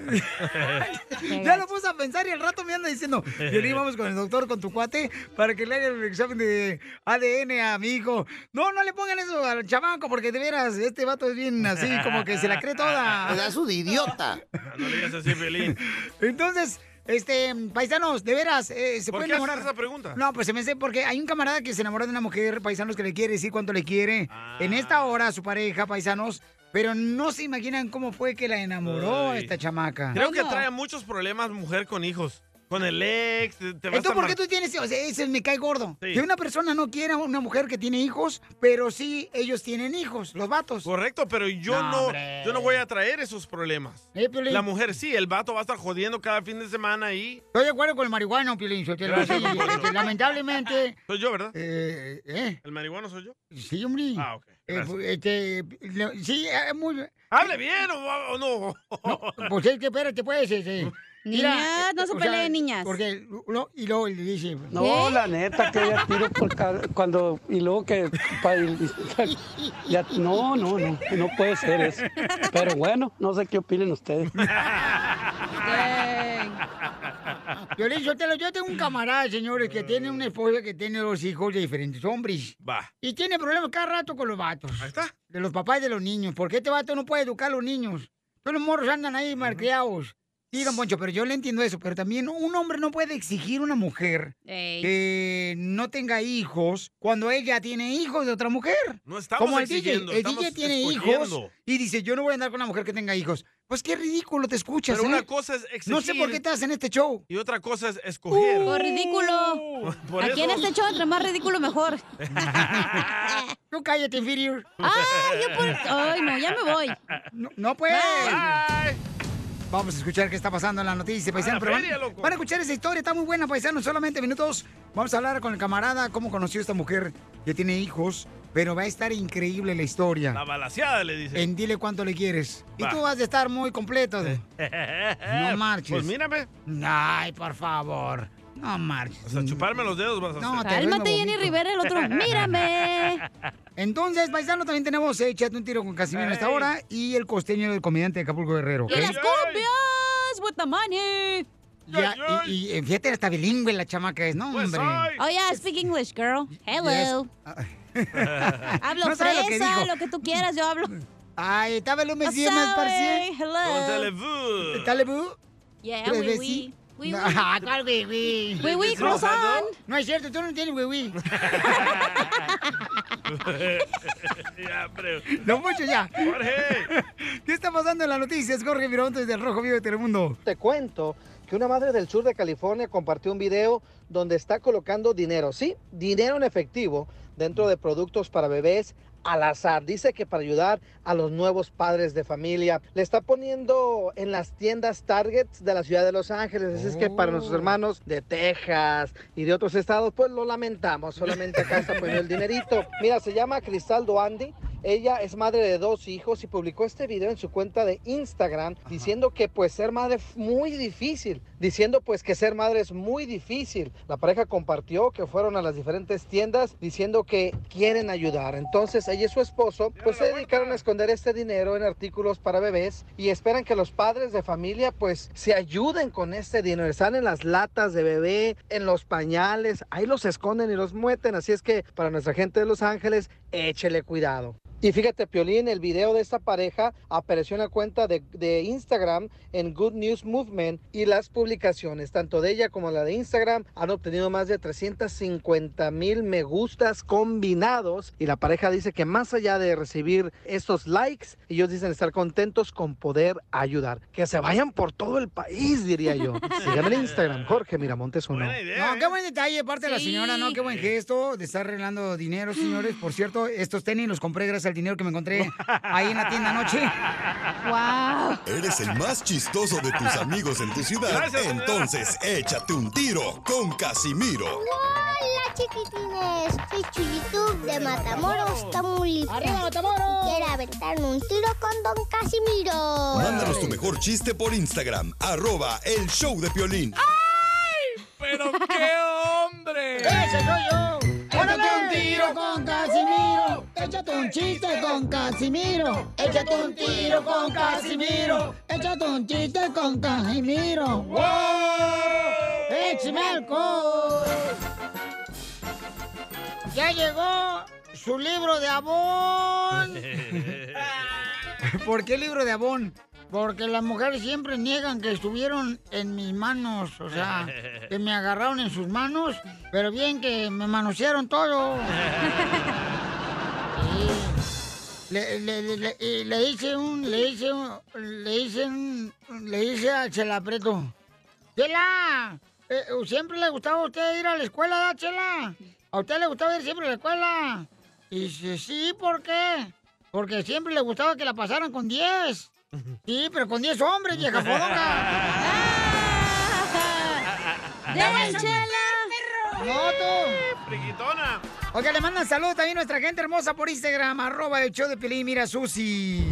[SPEAKER 1] Ya lo puse a pensar y al rato me anda diciendo, Violín, vamos con el doctor, con tu cuate, para que le haga el examen de ADN a mi hijo. No, no le pongan eso al chamaco, porque de veras, este vato es bien así, como que se la cree toda.
[SPEAKER 12] Pedazo de idiota.
[SPEAKER 3] No le digas así, Piolín.
[SPEAKER 1] Entonces, este, paisanos, de veras, eh, se
[SPEAKER 3] ¿Por
[SPEAKER 1] pueden
[SPEAKER 3] qué haces
[SPEAKER 1] enamorar.
[SPEAKER 3] esa pregunta?
[SPEAKER 1] No, pues se me hace porque hay un camarada que se enamoró de una mujer, paisanos, que le quiere decir cuánto le quiere.
[SPEAKER 3] Ah.
[SPEAKER 1] En esta hora, su pareja, paisanos. Pero no se imaginan cómo fue que la enamoró a
[SPEAKER 3] Ay.
[SPEAKER 1] esta chamaca.
[SPEAKER 3] Creo que trae muchos problemas mujer con hijos. Con el ex, te te vas
[SPEAKER 1] Entonces,
[SPEAKER 3] a
[SPEAKER 1] ¿por qué
[SPEAKER 3] mar-
[SPEAKER 1] tú tienes hijos? Ese me cae gordo.
[SPEAKER 3] Sí.
[SPEAKER 1] Que una persona no quiera una mujer que tiene hijos, pero sí ellos tienen hijos, los vatos.
[SPEAKER 3] Correcto, pero yo
[SPEAKER 1] No,
[SPEAKER 3] no,
[SPEAKER 1] hombre.
[SPEAKER 3] yo no voy a traer esos problemas.
[SPEAKER 1] Eh, Piolín.
[SPEAKER 3] La mujer sí, el vato va a estar jodiendo cada fin de semana ahí.
[SPEAKER 1] Estoy de acuerdo con el marihuano, Piolín. Sotelo.
[SPEAKER 3] Gracias,
[SPEAKER 1] Sí,
[SPEAKER 3] Don Poncho.
[SPEAKER 1] este, lamentablemente,
[SPEAKER 3] Soy yo, ¿verdad?
[SPEAKER 1] Eh, eh.
[SPEAKER 3] ¿El marihuano soy yo?
[SPEAKER 1] sí, hombre.
[SPEAKER 3] Ah, ok.
[SPEAKER 1] Eh,
[SPEAKER 3] gracias.
[SPEAKER 1] pues, este, le- sí, eh, muy bien.
[SPEAKER 3] ¿Hable bien o, o no?
[SPEAKER 1] Pues es que espérate, pues. Este,
[SPEAKER 2] Niñas, no se
[SPEAKER 1] o
[SPEAKER 2] peleen, niñas.
[SPEAKER 1] Porque, lo- y luego le dice. pues,
[SPEAKER 16] No, la neta, que ella tiro por cada- cuando. Y luego que. pa- y- ya- no, no, no. No puede ser eso. Pero bueno, no sé qué opinen ustedes.
[SPEAKER 1] Este, Piolín, Sotelo, yo tengo un camarada, señores, que tiene una esposa que tiene dos hijos de diferentes hombres.
[SPEAKER 3] Va.
[SPEAKER 1] Y tiene problemas cada rato con los vatos.
[SPEAKER 3] Ahí está.
[SPEAKER 1] De los papás y de los niños. Porque este vato no puede educar a los niños. Todos los morros andan ahí marqueados. Sí, don Poncho, pero yo le entiendo eso. Pero también un hombre no puede exigir a una mujer
[SPEAKER 2] Ey.
[SPEAKER 1] que no tenga hijos cuando ella tiene hijos de otra mujer.
[SPEAKER 3] No estamos
[SPEAKER 1] Como el DJ.
[SPEAKER 3] exigiendo,
[SPEAKER 1] El
[SPEAKER 3] estamos
[SPEAKER 1] DJ tiene hijos
[SPEAKER 3] escogiendo.
[SPEAKER 1] y dice, yo no voy a andar con una mujer que tenga hijos. Pues qué ridículo te escuchas,
[SPEAKER 3] Pero
[SPEAKER 1] ¿eh?
[SPEAKER 3] una cosa es exigir.
[SPEAKER 1] No sé por qué te hacen este show.
[SPEAKER 3] Y otra cosa es escoger.
[SPEAKER 2] Por ridículo.
[SPEAKER 3] Por
[SPEAKER 2] Aquí en
[SPEAKER 3] eso.
[SPEAKER 2] este show, entre más ridículo, mejor.
[SPEAKER 1] Tú cállate, inferior.
[SPEAKER 2] Ah, yo por... Ay, no, ya me voy.
[SPEAKER 1] No, no pues. Vamos a escuchar qué está pasando en la noticia, paisano.
[SPEAKER 2] la
[SPEAKER 1] pero van-
[SPEAKER 2] feria,
[SPEAKER 1] van, a escuchar esa historia, está muy buena, paisano. Solamente minutos. Vamos a hablar con el camarada, cómo conoció esta mujer que tiene hijos, pero va a estar increíble la historia.
[SPEAKER 3] La balaseada le dice.
[SPEAKER 1] En dile cuánto le quieres.
[SPEAKER 3] Va.
[SPEAKER 1] Y tú vas a estar muy completo. de- No marches.
[SPEAKER 3] Pues mírame.
[SPEAKER 1] Ay, por favor. No marches.
[SPEAKER 3] O sea, chuparme los dedos vas a
[SPEAKER 1] No,
[SPEAKER 3] hacer.
[SPEAKER 1] te arruino bonito. Entonces, paisano, también tenemos eh, Échate un tiro con Casimiro hasta ahora y el costeño del comediante de Acapulco Guerrero. ¿ok?
[SPEAKER 2] ¡Y las copias! ¡With the money!
[SPEAKER 1] Ya, Pues, y, y, eh, fíjate, hasta bilingüe la chamaca es, ¿no, hombre?
[SPEAKER 2] Oh, yeah, speak English, girl. Hello. Hablo
[SPEAKER 1] No sabe lo
[SPEAKER 2] fresa,
[SPEAKER 1] que
[SPEAKER 2] lo
[SPEAKER 1] dijo.
[SPEAKER 2] que, tú quieras, yo hablo.
[SPEAKER 1] Ay, estaba el
[SPEAKER 2] me
[SPEAKER 1] mesía más parcial.
[SPEAKER 2] Hello.
[SPEAKER 1] ¿Talebú?
[SPEAKER 2] Yeah,
[SPEAKER 1] ¿Tres
[SPEAKER 2] oui,
[SPEAKER 1] veces?
[SPEAKER 2] oui. Oui,
[SPEAKER 1] No,
[SPEAKER 2] oui.
[SPEAKER 1] ¿Cuál güey, güey?
[SPEAKER 2] Oui, oui, croissant.
[SPEAKER 1] No es cierto, tú no tienes güey, güey.
[SPEAKER 3] ya, pero.
[SPEAKER 1] No mucho ya.
[SPEAKER 3] Jorge.
[SPEAKER 1] ¿Qué está pasando en las noticias, Jorge Mirón, desde el Rojo Vivo de Telemundo?
[SPEAKER 5] Te cuento que una madre del sur de California compartió un video donde está colocando dinero, sí, dinero en efectivo dentro de productos para bebés al azar. Dice que para ayudar a los nuevos padres de familia. Le está poniendo en las tiendas Target de la ciudad de Los Ángeles. Así es que para
[SPEAKER 1] Oh.
[SPEAKER 5] nuestros hermanos de Texas y de otros estados, pues lo lamentamos. Solamente acá está poniendo el dinerito. Mira, se llama Cristaldo Andy. Ella es madre de dos hijos y publicó este video en su cuenta de Instagram diciendo que pues ser madre es muy difícil, diciendo pues que ser madre es muy difícil. La pareja compartió que fueron a las diferentes tiendas diciendo que quieren ayudar. Entonces ella y su esposo pues se dedicaron a esconder este dinero en artículos para bebés y esperan que los padres de familia pues se ayuden con este dinero. Están en las latas de bebé, en los pañales, ahí los esconden y los mueten. Así es que para nuestra gente de Los Ángeles, échele cuidado. Y fíjate, Piolín, el video de esta pareja apareció en la cuenta de, de Instagram en Good News Movement y las publicaciones, tanto de ella como la de Instagram, han obtenido más de 350 mil me gustas combinados. Y la pareja dice que más allá de recibir estos likes, ellos dicen estar contentos con poder ayudar. Que se vayan por todo el país, diría yo. Síganme en Instagram, Jorge Miramontes uno.
[SPEAKER 1] No, qué buen detalle, aparte de la
[SPEAKER 2] Sí.
[SPEAKER 1] señora, ¿no? Qué buen gesto de estar arreglando dinero, señores. Por cierto, estos tenis los compré gracias al dinero que me encontré ahí en la tienda anoche.
[SPEAKER 2] ¡Wow!
[SPEAKER 4] Eres el más chistoso de tus amigos en tu ciudad.
[SPEAKER 6] Gracias, señora.
[SPEAKER 4] Entonces, échate un tiro con Casimiro.
[SPEAKER 9] ¡Hola, chiquitines, soy Chuyitub de Matamoros, Tamaulipas. ¡Arriba, Matamoros! Quiero aventarme un tiro con Don Casimiro.
[SPEAKER 4] Mándanos tu mejor chiste por Instagram, arroba el show de Piolín.
[SPEAKER 1] ¡Pero qué hombre! ¡Ese soy yo! ¡Échate un tiro con Casimiro! ¡Échate un chiste con Casimiro! ¡Échate un tiro con Casimiro! ¡Échate un chiste con Casimiro! ¡Wow! ¡Échame alcohol! ¡Ya llegó su libro de abón! ¿Por qué libro de abón? Porque las mujeres siempre niegan que estuvieron en mis manos, o sea, que me agarraron en sus manos, pero bien que me manosearon todo. Y le, le- le- le- y le hice un, le hice un, le hice un, le hice a Chela Prieto. ¡Chela! eh, ¿Siempre le gustaba a usted ir a la escuela, da, Chela? ¿A usted le gustaba ir siempre a la escuela? Y dice, sí, ¿por qué? Porque siempre le gustaba que la pasaran con 10. Sí, pero con 10 hombres, vieja fodonga.
[SPEAKER 10] ¡Dame
[SPEAKER 1] ¡No, tú! Oiga, le mandan saludos también a nuestra gente hermosa por Instagram, arroba el show de Pelín, mira Susi.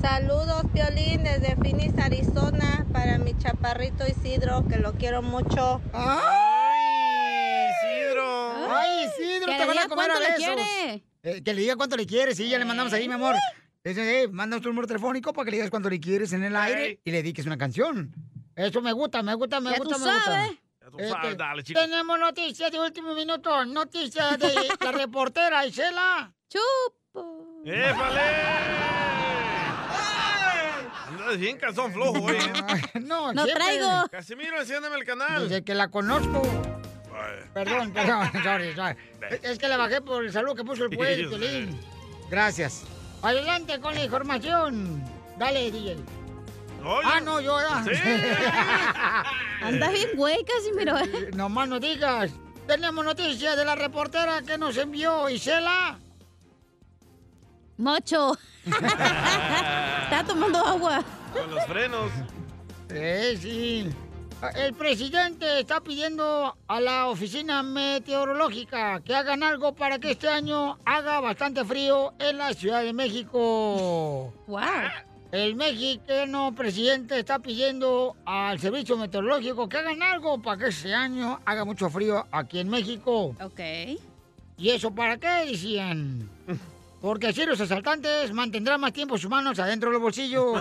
[SPEAKER 20] Saludos, Piolín, desde Phoenix, Arizona, para mi chaparrito Isidro, que lo quiero mucho.
[SPEAKER 1] ¡Ay, Isidro!
[SPEAKER 2] Ah.
[SPEAKER 1] ¡Ay, Isidro,
[SPEAKER 20] Que
[SPEAKER 1] te
[SPEAKER 20] le
[SPEAKER 1] van a
[SPEAKER 20] diga
[SPEAKER 1] comer a
[SPEAKER 20] cuánto le
[SPEAKER 1] besos.
[SPEAKER 20] quiere.
[SPEAKER 1] Eh, que le diga cuánto le quieres, sí, ya le mandamos ahí, mi amor. Ese, eh, mandas tu número telefónico para que le digas cuánto le quieres en el aire y le dediques una canción. Eso me gusta, me gusta, me
[SPEAKER 10] Ya tú
[SPEAKER 1] gusta, me
[SPEAKER 10] sabes.
[SPEAKER 1] gusta.
[SPEAKER 10] Ya tú sabes, dale, chico.
[SPEAKER 1] Tenemos noticias de último minuto, noticias de la reportera Isela. ¡Chup!
[SPEAKER 3] Andas bien calzón flojo, güey. ¿eh?
[SPEAKER 1] No, siempre.
[SPEAKER 3] Casimiro, enciéndeme el canal.
[SPEAKER 1] Desde que la conozco. Perdón, perdón, sorry, sorry. Es- Es que la bajé por el saludo que puso el pueblo, Piolín. Gracias. Adelante con la información. Dale, DJ. ah, no, yo ya.
[SPEAKER 2] Andas bien
[SPEAKER 1] güey, Casimiro. No más no digas. Tenemos noticias de la reportera que nos envió Isela.
[SPEAKER 2] Mocho. Está tomando agua.
[SPEAKER 3] Con los frenos.
[SPEAKER 1] Eh, sí. El presidente está pidiendo a la oficina meteorológica que hagan algo para que este año haga bastante frío en la Ciudad de México. ¡Wow! El mexicano presidente está pidiendo al servicio meteorológico que hagan algo para que este año haga mucho frío aquí en México. Ok. ¿Y eso para qué? Decían. Porque así los asaltantes mantendrán más tiempo sus manos adentro de los bolsillos.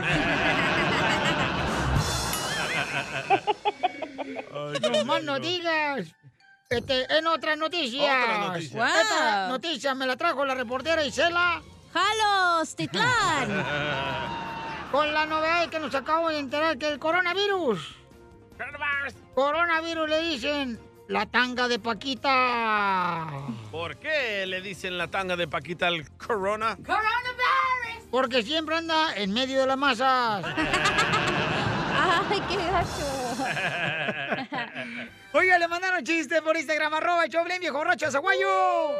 [SPEAKER 10] Pues,
[SPEAKER 1] No más no digas. Este, en otras noticias.
[SPEAKER 10] Otra noticia.
[SPEAKER 2] Wow.
[SPEAKER 1] Esta noticia me la trajo la reportera Isela. ¡Jalos, Titlán! Con la novedad que nos acabo de enterar que el coronavirus. Coronavirus le dicen la tanga de Paquita.
[SPEAKER 3] ¿Por qué le dicen la tanga de Paquita al corona?
[SPEAKER 1] Porque siempre anda en medio de las masas. ¡Ay, qué Oiga, le mandaron chistes por Instagram, arroba el Choblin, viejo borracho, Zaguayo.
[SPEAKER 3] Uh.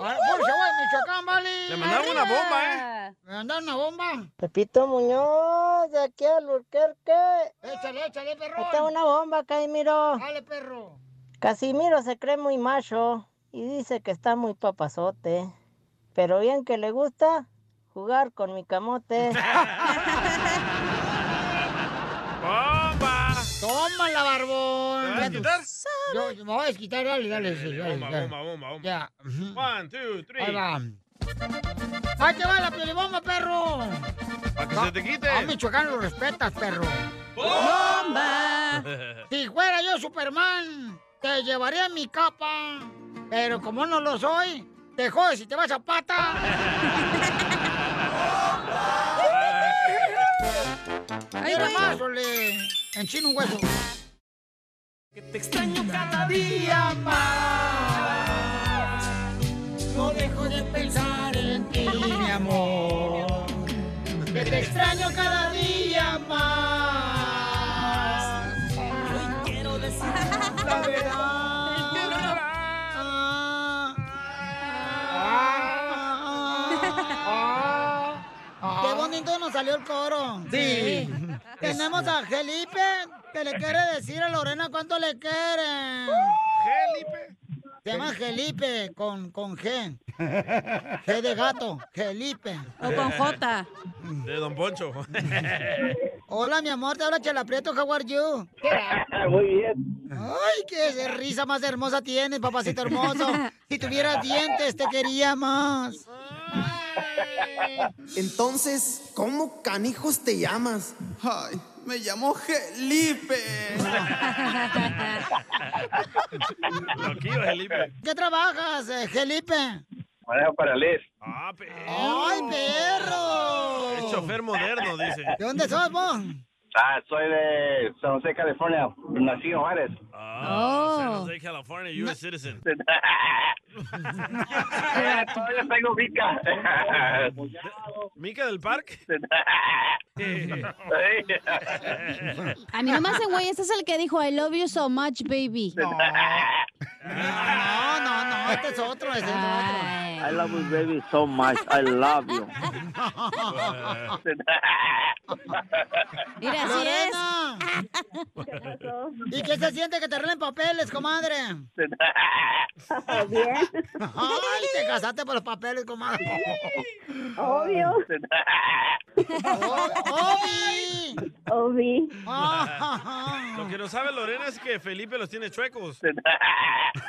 [SPEAKER 1] Ah, Por Zaguayo, Michoacán, vale.
[SPEAKER 10] Le mandaron una bomba,
[SPEAKER 1] ¿eh? Me mandaron una bomba.
[SPEAKER 21] Pepito Muñoz, de aquí a Lurquerque.
[SPEAKER 1] Échale, échale, perro.
[SPEAKER 21] Ahí Está una bomba, Casimiro.
[SPEAKER 1] Dale, perro.
[SPEAKER 21] Casimiro se cree muy macho y dice que está muy papazote. Pero bien que le gusta jugar con mi camote.
[SPEAKER 1] ¡Bomba! ¡Tómala, barbón!
[SPEAKER 3] ¿Te vas a quitar?
[SPEAKER 1] Yo, yo me voy a desquitar, dale, dale. sí, dale,
[SPEAKER 3] Bomba,
[SPEAKER 1] dale.
[SPEAKER 3] bomba, bomba, bomba.
[SPEAKER 1] Ya.
[SPEAKER 3] One, two, three.
[SPEAKER 1] Ahí va. ¡Ahí te va la piolibomba, perro! ¡Para que se te quite! A Ah, Michoacán lo respetas, perro. ¡Bomba! Si fuera yo Superman, te llevaría mi capa. Pero como no lo soy, te jodes y te vas a pata. ¡Mira más, ole! En chino un hueso.
[SPEAKER 10] Te extraño cada día más. No dejo de pensar en ti, mi amor. Que te extraño cada día más. Hoy quiero decir la verdad.
[SPEAKER 11] Ah,
[SPEAKER 1] ¡Qué bonito nos salió el coro!
[SPEAKER 10] Sí.
[SPEAKER 1] Tenemos a Felipe que le quiere decir a Lorena cuánto le quieren.
[SPEAKER 3] ¿Felipe?
[SPEAKER 1] Se llama Felipe con, con G. G de gato, Felipe.
[SPEAKER 2] O con J.
[SPEAKER 3] De Don Poncho.
[SPEAKER 1] Hola, mi amor, te habla Chela Prieto, how are you?
[SPEAKER 3] Muy bien.
[SPEAKER 1] Ay, qué risa más hermosa tienes, papacito hermoso. Si tuvieras dientes, te quería más.
[SPEAKER 18] Entonces, ¿cómo canijos te llamas? Ay, me llamo Felipe.
[SPEAKER 3] Loquillo, Felipe.
[SPEAKER 1] ¿Qué trabajas, eh, Felipe?
[SPEAKER 11] Manejo para Les.
[SPEAKER 1] ¡Ay, perro!
[SPEAKER 11] Oh. Es chofer moderno, dice.
[SPEAKER 1] ¿De dónde sos vos?
[SPEAKER 11] Ah, soy de San José, California. Nací en Juárez. Ah,
[SPEAKER 3] San
[SPEAKER 13] Oh.
[SPEAKER 3] José, California, you're a citizen.
[SPEAKER 11] Todavía tengo mica.
[SPEAKER 3] ¿Mica del parque?
[SPEAKER 2] A mí no me hacen güey, este es el que dijo I love you so much, baby.
[SPEAKER 1] No, no, no, este es otro, este es otro.
[SPEAKER 11] I love you, baby, so much. I love you.
[SPEAKER 2] Mira, así es.
[SPEAKER 1] Lorena. ¿Y qué se siente que te arreglen papeles, comadre? Bien. Ay, te casaste por los papeles, comadre.
[SPEAKER 8] Obvio.
[SPEAKER 1] Obi.
[SPEAKER 8] Obi.
[SPEAKER 3] Lo que no sabe Lorena es que Felipe los tiene chuecos.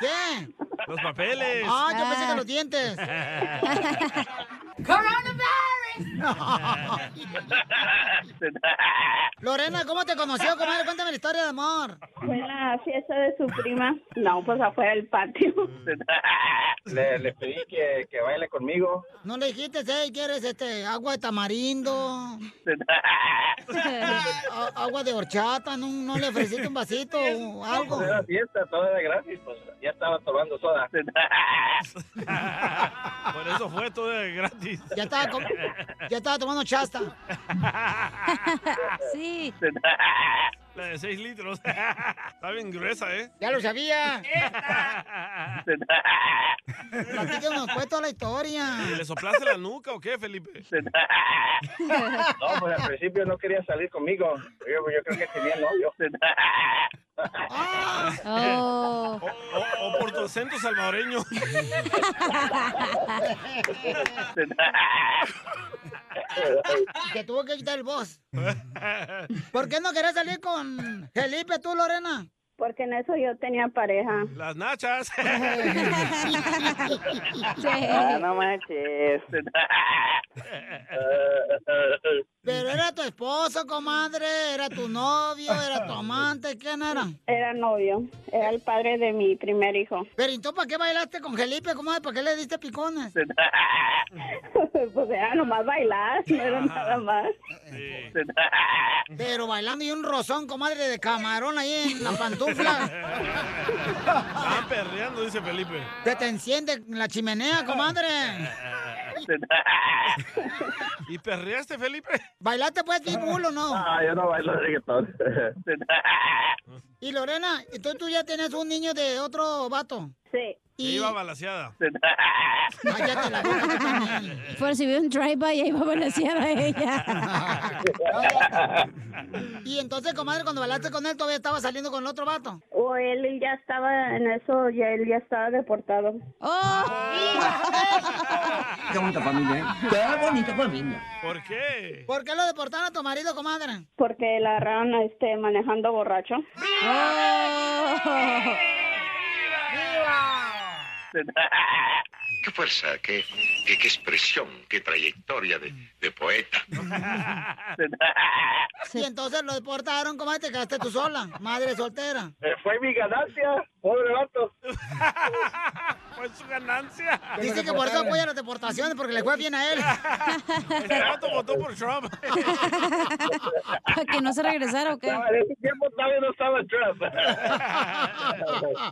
[SPEAKER 1] ¿Qué?
[SPEAKER 3] Los papeles.
[SPEAKER 1] Ah, yo pensé que los dientes. Lorena, ¿cómo te conoció, comadre? Cuéntame la historia de amor.
[SPEAKER 8] Fue la fiesta de su prima. No, pues afuera del patio.
[SPEAKER 11] Le, le pedí que, que baile conmigo.
[SPEAKER 1] ¿No le dijiste, hey, quieres este agua de tamarindo? A- agua de horchata, ¿no, no le ofreciste un vasito o algo?
[SPEAKER 11] Era fiesta, todo era gratis, pues ya estaba tomando soda.
[SPEAKER 3] Por eso fue todo de gratis.
[SPEAKER 1] Ya estaba, com- ya estaba tomando chasta.
[SPEAKER 2] Sí.
[SPEAKER 3] La de 6 litros. Está bien gruesa, ¿eh?
[SPEAKER 1] Ya lo sabía. Aquí que nos fue toda la historia.
[SPEAKER 3] ¿Y ¿Le soplaste la nuca o qué, Felipe?
[SPEAKER 11] No, pues al principio no quería salir conmigo. Yo, yo creo que tenía novio.
[SPEAKER 3] O, o- o por tu acento salvadoreño.
[SPEAKER 1] Te tuvo que quitar el voz. ¿Por qué no querés salir con Felipe tú, Lorena?
[SPEAKER 8] Porque en eso yo tenía pareja.
[SPEAKER 3] Las nachas.
[SPEAKER 11] Ah, no manches.
[SPEAKER 1] Pero era tu esposo, comadre, era tu novio, era tu amante, ¿quién era?
[SPEAKER 8] Era novio. Era el padre de mi primer hijo.
[SPEAKER 1] Pero entonces, ¿para qué bailaste con Felipe, comadre? ¿Para qué le diste picones?
[SPEAKER 8] pues era nomás bailar, no era nada más.
[SPEAKER 1] Pero bailando y un rozón, comadre, de camarón ahí en la pantufla.
[SPEAKER 3] Estaban perreando, dice Felipe.
[SPEAKER 1] Se te enciende la chimenea, comadre.
[SPEAKER 3] ¿Y perreaste, Felipe?
[SPEAKER 1] ¿Bailaste pues pitbull o no?
[SPEAKER 11] Ah, yo no bailo reggaetón.
[SPEAKER 1] Y Lorena, entonces tú ya tenías un niño de otro vato.
[SPEAKER 8] Sí.
[SPEAKER 3] Ya iba balaseada.
[SPEAKER 1] Cállate la boca tú también.
[SPEAKER 2] Por si veo un drive-by, ahí va balanceada ella.
[SPEAKER 1] Y entonces, comadre, cuando bailaste con él, todavía estaba saliendo con el otro vato.
[SPEAKER 8] O él ya estaba en eso, ya él ya estaba deportado.
[SPEAKER 1] Oh,
[SPEAKER 22] Qué bonita familia, ¿eh? Qué bonita familia.
[SPEAKER 3] ¿Por qué?
[SPEAKER 1] ¿Por qué lo deportaron a tu marido, comadre?
[SPEAKER 8] Porque la agarraron este, manejando borracho.
[SPEAKER 1] ¡Ah!
[SPEAKER 23] Qué fuerza, qué, qué, qué expresión, qué trayectoria de, de poeta.
[SPEAKER 1] Y entonces lo deportaron, comadre, te quedaste tú sola, madre soltera.
[SPEAKER 11] Eh, Fue mi ganancia, pobre vato.
[SPEAKER 3] Fue su ganancia.
[SPEAKER 1] Dice que por eso apoya las deportaciones, porque le fue bien a él.
[SPEAKER 3] Este vato votó por Trump.
[SPEAKER 2] ¿Para que no se regresara o qué?
[SPEAKER 11] ese tiempo todavía no estaba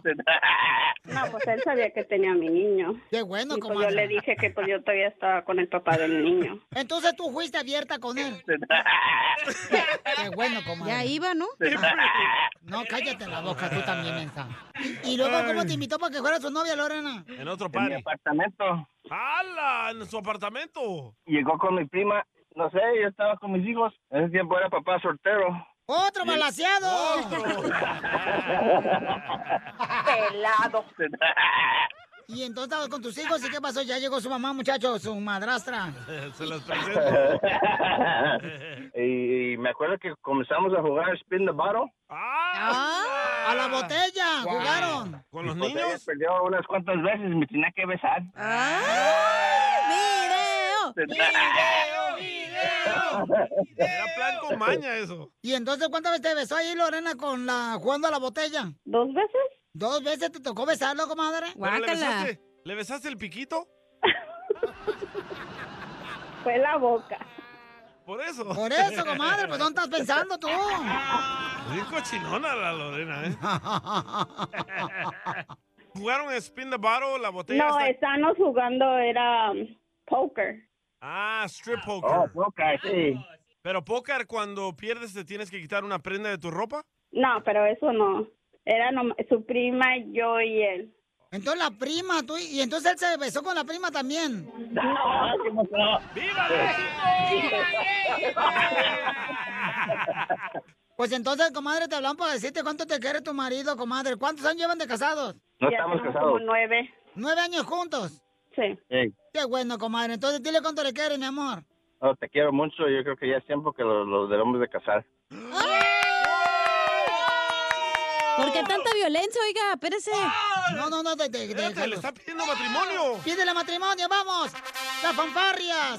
[SPEAKER 11] Trump.
[SPEAKER 8] No, pues él sabía que tenía a mi niño.
[SPEAKER 1] Qué bueno,
[SPEAKER 8] y pues yo
[SPEAKER 1] comadre.
[SPEAKER 8] le dije que pues yo todavía estaba con el papá del niño.
[SPEAKER 1] Entonces tú fuiste abierta con él. Qué bueno, comadre.
[SPEAKER 2] Ya iba, ¿no?
[SPEAKER 1] No, cállate la boca tú también, mensa. Y, y luego, ¿cómo te invitó para que fuera su novia, Lorena?
[SPEAKER 3] En otro
[SPEAKER 11] En mi
[SPEAKER 3] party.
[SPEAKER 11] apartamento.
[SPEAKER 3] ¡Hala! En su apartamento.
[SPEAKER 11] Llegó con mi prima. No sé, yo estaba con mis hijos. En ese tiempo era papá soltero.
[SPEAKER 1] ¡Otro balaseado!
[SPEAKER 7] Pelado.
[SPEAKER 1] Y entonces estabas con tus hijos y qué pasó? Ya llegó su mamá, muchacho, su madrastra.
[SPEAKER 3] Se los
[SPEAKER 11] y, y me acuerdo que comenzamos a jugar Spin the Bottle.
[SPEAKER 1] ¡Ah! ¡A la botella!
[SPEAKER 11] Guau.
[SPEAKER 1] ¡Jugaron!
[SPEAKER 11] ¿Con los niños? pues, Perdió unas cuantas veces y me tenía que besar.
[SPEAKER 1] Ah.
[SPEAKER 2] ¡Video!
[SPEAKER 11] ¡Video!
[SPEAKER 3] Era plan con maña eso.
[SPEAKER 1] Y entonces, ¿cuántas veces te besó ahí Lorena con la jugando a la botella? ¿Dos veces? ¿Dos veces te tocó besarlo, comadre?
[SPEAKER 3] Pero ¿Le besaste, ¿Le besaste el piquito?
[SPEAKER 7] Fue la boca.
[SPEAKER 3] Por eso.
[SPEAKER 1] Por eso, comadre, pues ¿dónde estás pensando tú?
[SPEAKER 3] Bien cochinona la Lorena, ¿eh? ¿Jugaron Spin the Bottle, la botella?
[SPEAKER 7] No,
[SPEAKER 8] eh.
[SPEAKER 3] esta?
[SPEAKER 7] estábamos jugando, era um, poker.
[SPEAKER 3] Ah, strip poker.
[SPEAKER 7] Oh, poker, sí.
[SPEAKER 3] Pero póker, cuando pierdes, te tienes que quitar una prenda de tu ropa.
[SPEAKER 7] No, pero eso no. Era nom- su prima, yo y él.
[SPEAKER 1] Entonces la prima, tú, y entonces él se besó con la prima también.
[SPEAKER 3] ¡Viva
[SPEAKER 1] Pues entonces, comadre, te hablamos para decirte cuánto te quiere tu marido, comadre. ¿Cuántos años llevan de casados?
[SPEAKER 11] No Ya estamos tenemos casados. como
[SPEAKER 7] nueve.
[SPEAKER 1] ¿Nueve años juntos?
[SPEAKER 7] Sí.
[SPEAKER 11] Ey,
[SPEAKER 1] Qué bueno, comadre. Entonces dile cuánto le quiere, mi amor.
[SPEAKER 11] no, oh, te quiero mucho. Yo creo que ya es tiempo que los, los debemos de casar.
[SPEAKER 2] ¿Por qué tanta violencia, oiga? Espérese.
[SPEAKER 1] No, no, no, te, te,
[SPEAKER 2] déjalo.
[SPEAKER 3] está pidiendo matrimonio. Oh,
[SPEAKER 1] Pídele matrimonio, vamos. Las fanfarrias.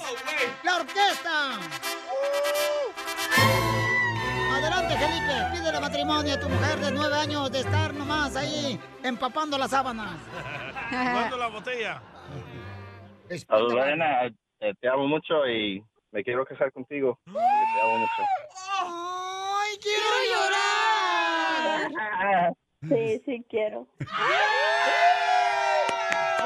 [SPEAKER 1] La orquesta.
[SPEAKER 3] Oh.
[SPEAKER 1] Adelante, Felipe. Pídele matrimonio a tu mujer de nueve años de estar nomás ahí empapando las sábanas. Ah.
[SPEAKER 3] Jugando la botella.
[SPEAKER 11] A Lorena, eh, te amo mucho y me quiero casar contigo.
[SPEAKER 3] ¡Ah!
[SPEAKER 11] Te amo mucho.
[SPEAKER 1] ¡Ay, quiero llorar!
[SPEAKER 7] Ah, Sí, sí quiero.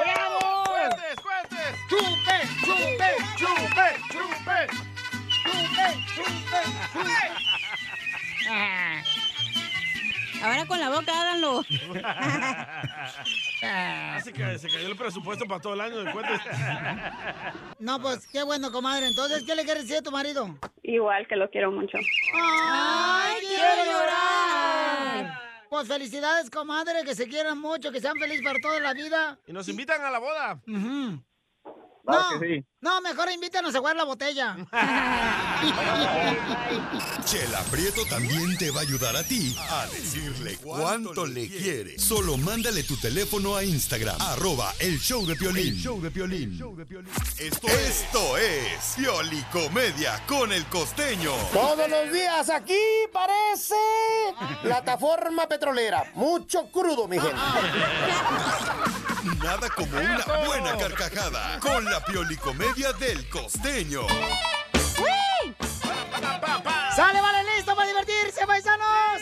[SPEAKER 1] ¡Bravo!
[SPEAKER 3] ¡Cuentes, cuentes!
[SPEAKER 1] ¡Chupe, chupe,
[SPEAKER 3] chupe, chupe!
[SPEAKER 1] ¡Chupe, chupe, chupe!
[SPEAKER 2] Ahora con la boca háganlo.
[SPEAKER 3] Ah, se, ca- se cayó el presupuesto para todo el año de cuentes.
[SPEAKER 1] No, pues qué bueno, comadre. Entonces, ¿qué le quieres decir a tu marido?
[SPEAKER 7] Igual que lo quiero mucho.
[SPEAKER 1] ¡Ay, quiero llorar! Pues felicidades, comadre, que se quieran mucho, que sean felices para toda la vida.
[SPEAKER 3] Y nos invitan a la boda.
[SPEAKER 1] Ujú.
[SPEAKER 3] Claro
[SPEAKER 1] no,
[SPEAKER 3] que sí.
[SPEAKER 1] no, mejor invítanos a jugar la botella.
[SPEAKER 4] Chela Prieto también te va a ayudar a ti a decirle cuánto le quiere. Solo mándale tu teléfono a Instagram, arroba el show de Piolín.
[SPEAKER 13] El
[SPEAKER 4] show de Piolín. Esto, esto es Pioli Comedia con el costeño.
[SPEAKER 13] Todos los días aquí parece plataforma petrolera. Mucho crudo, mi gente.
[SPEAKER 4] Nada como una buena carcajada con la Pioli Comedia del costeño.
[SPEAKER 1] ¡Sale, vale, listo para divertirse, paisanos!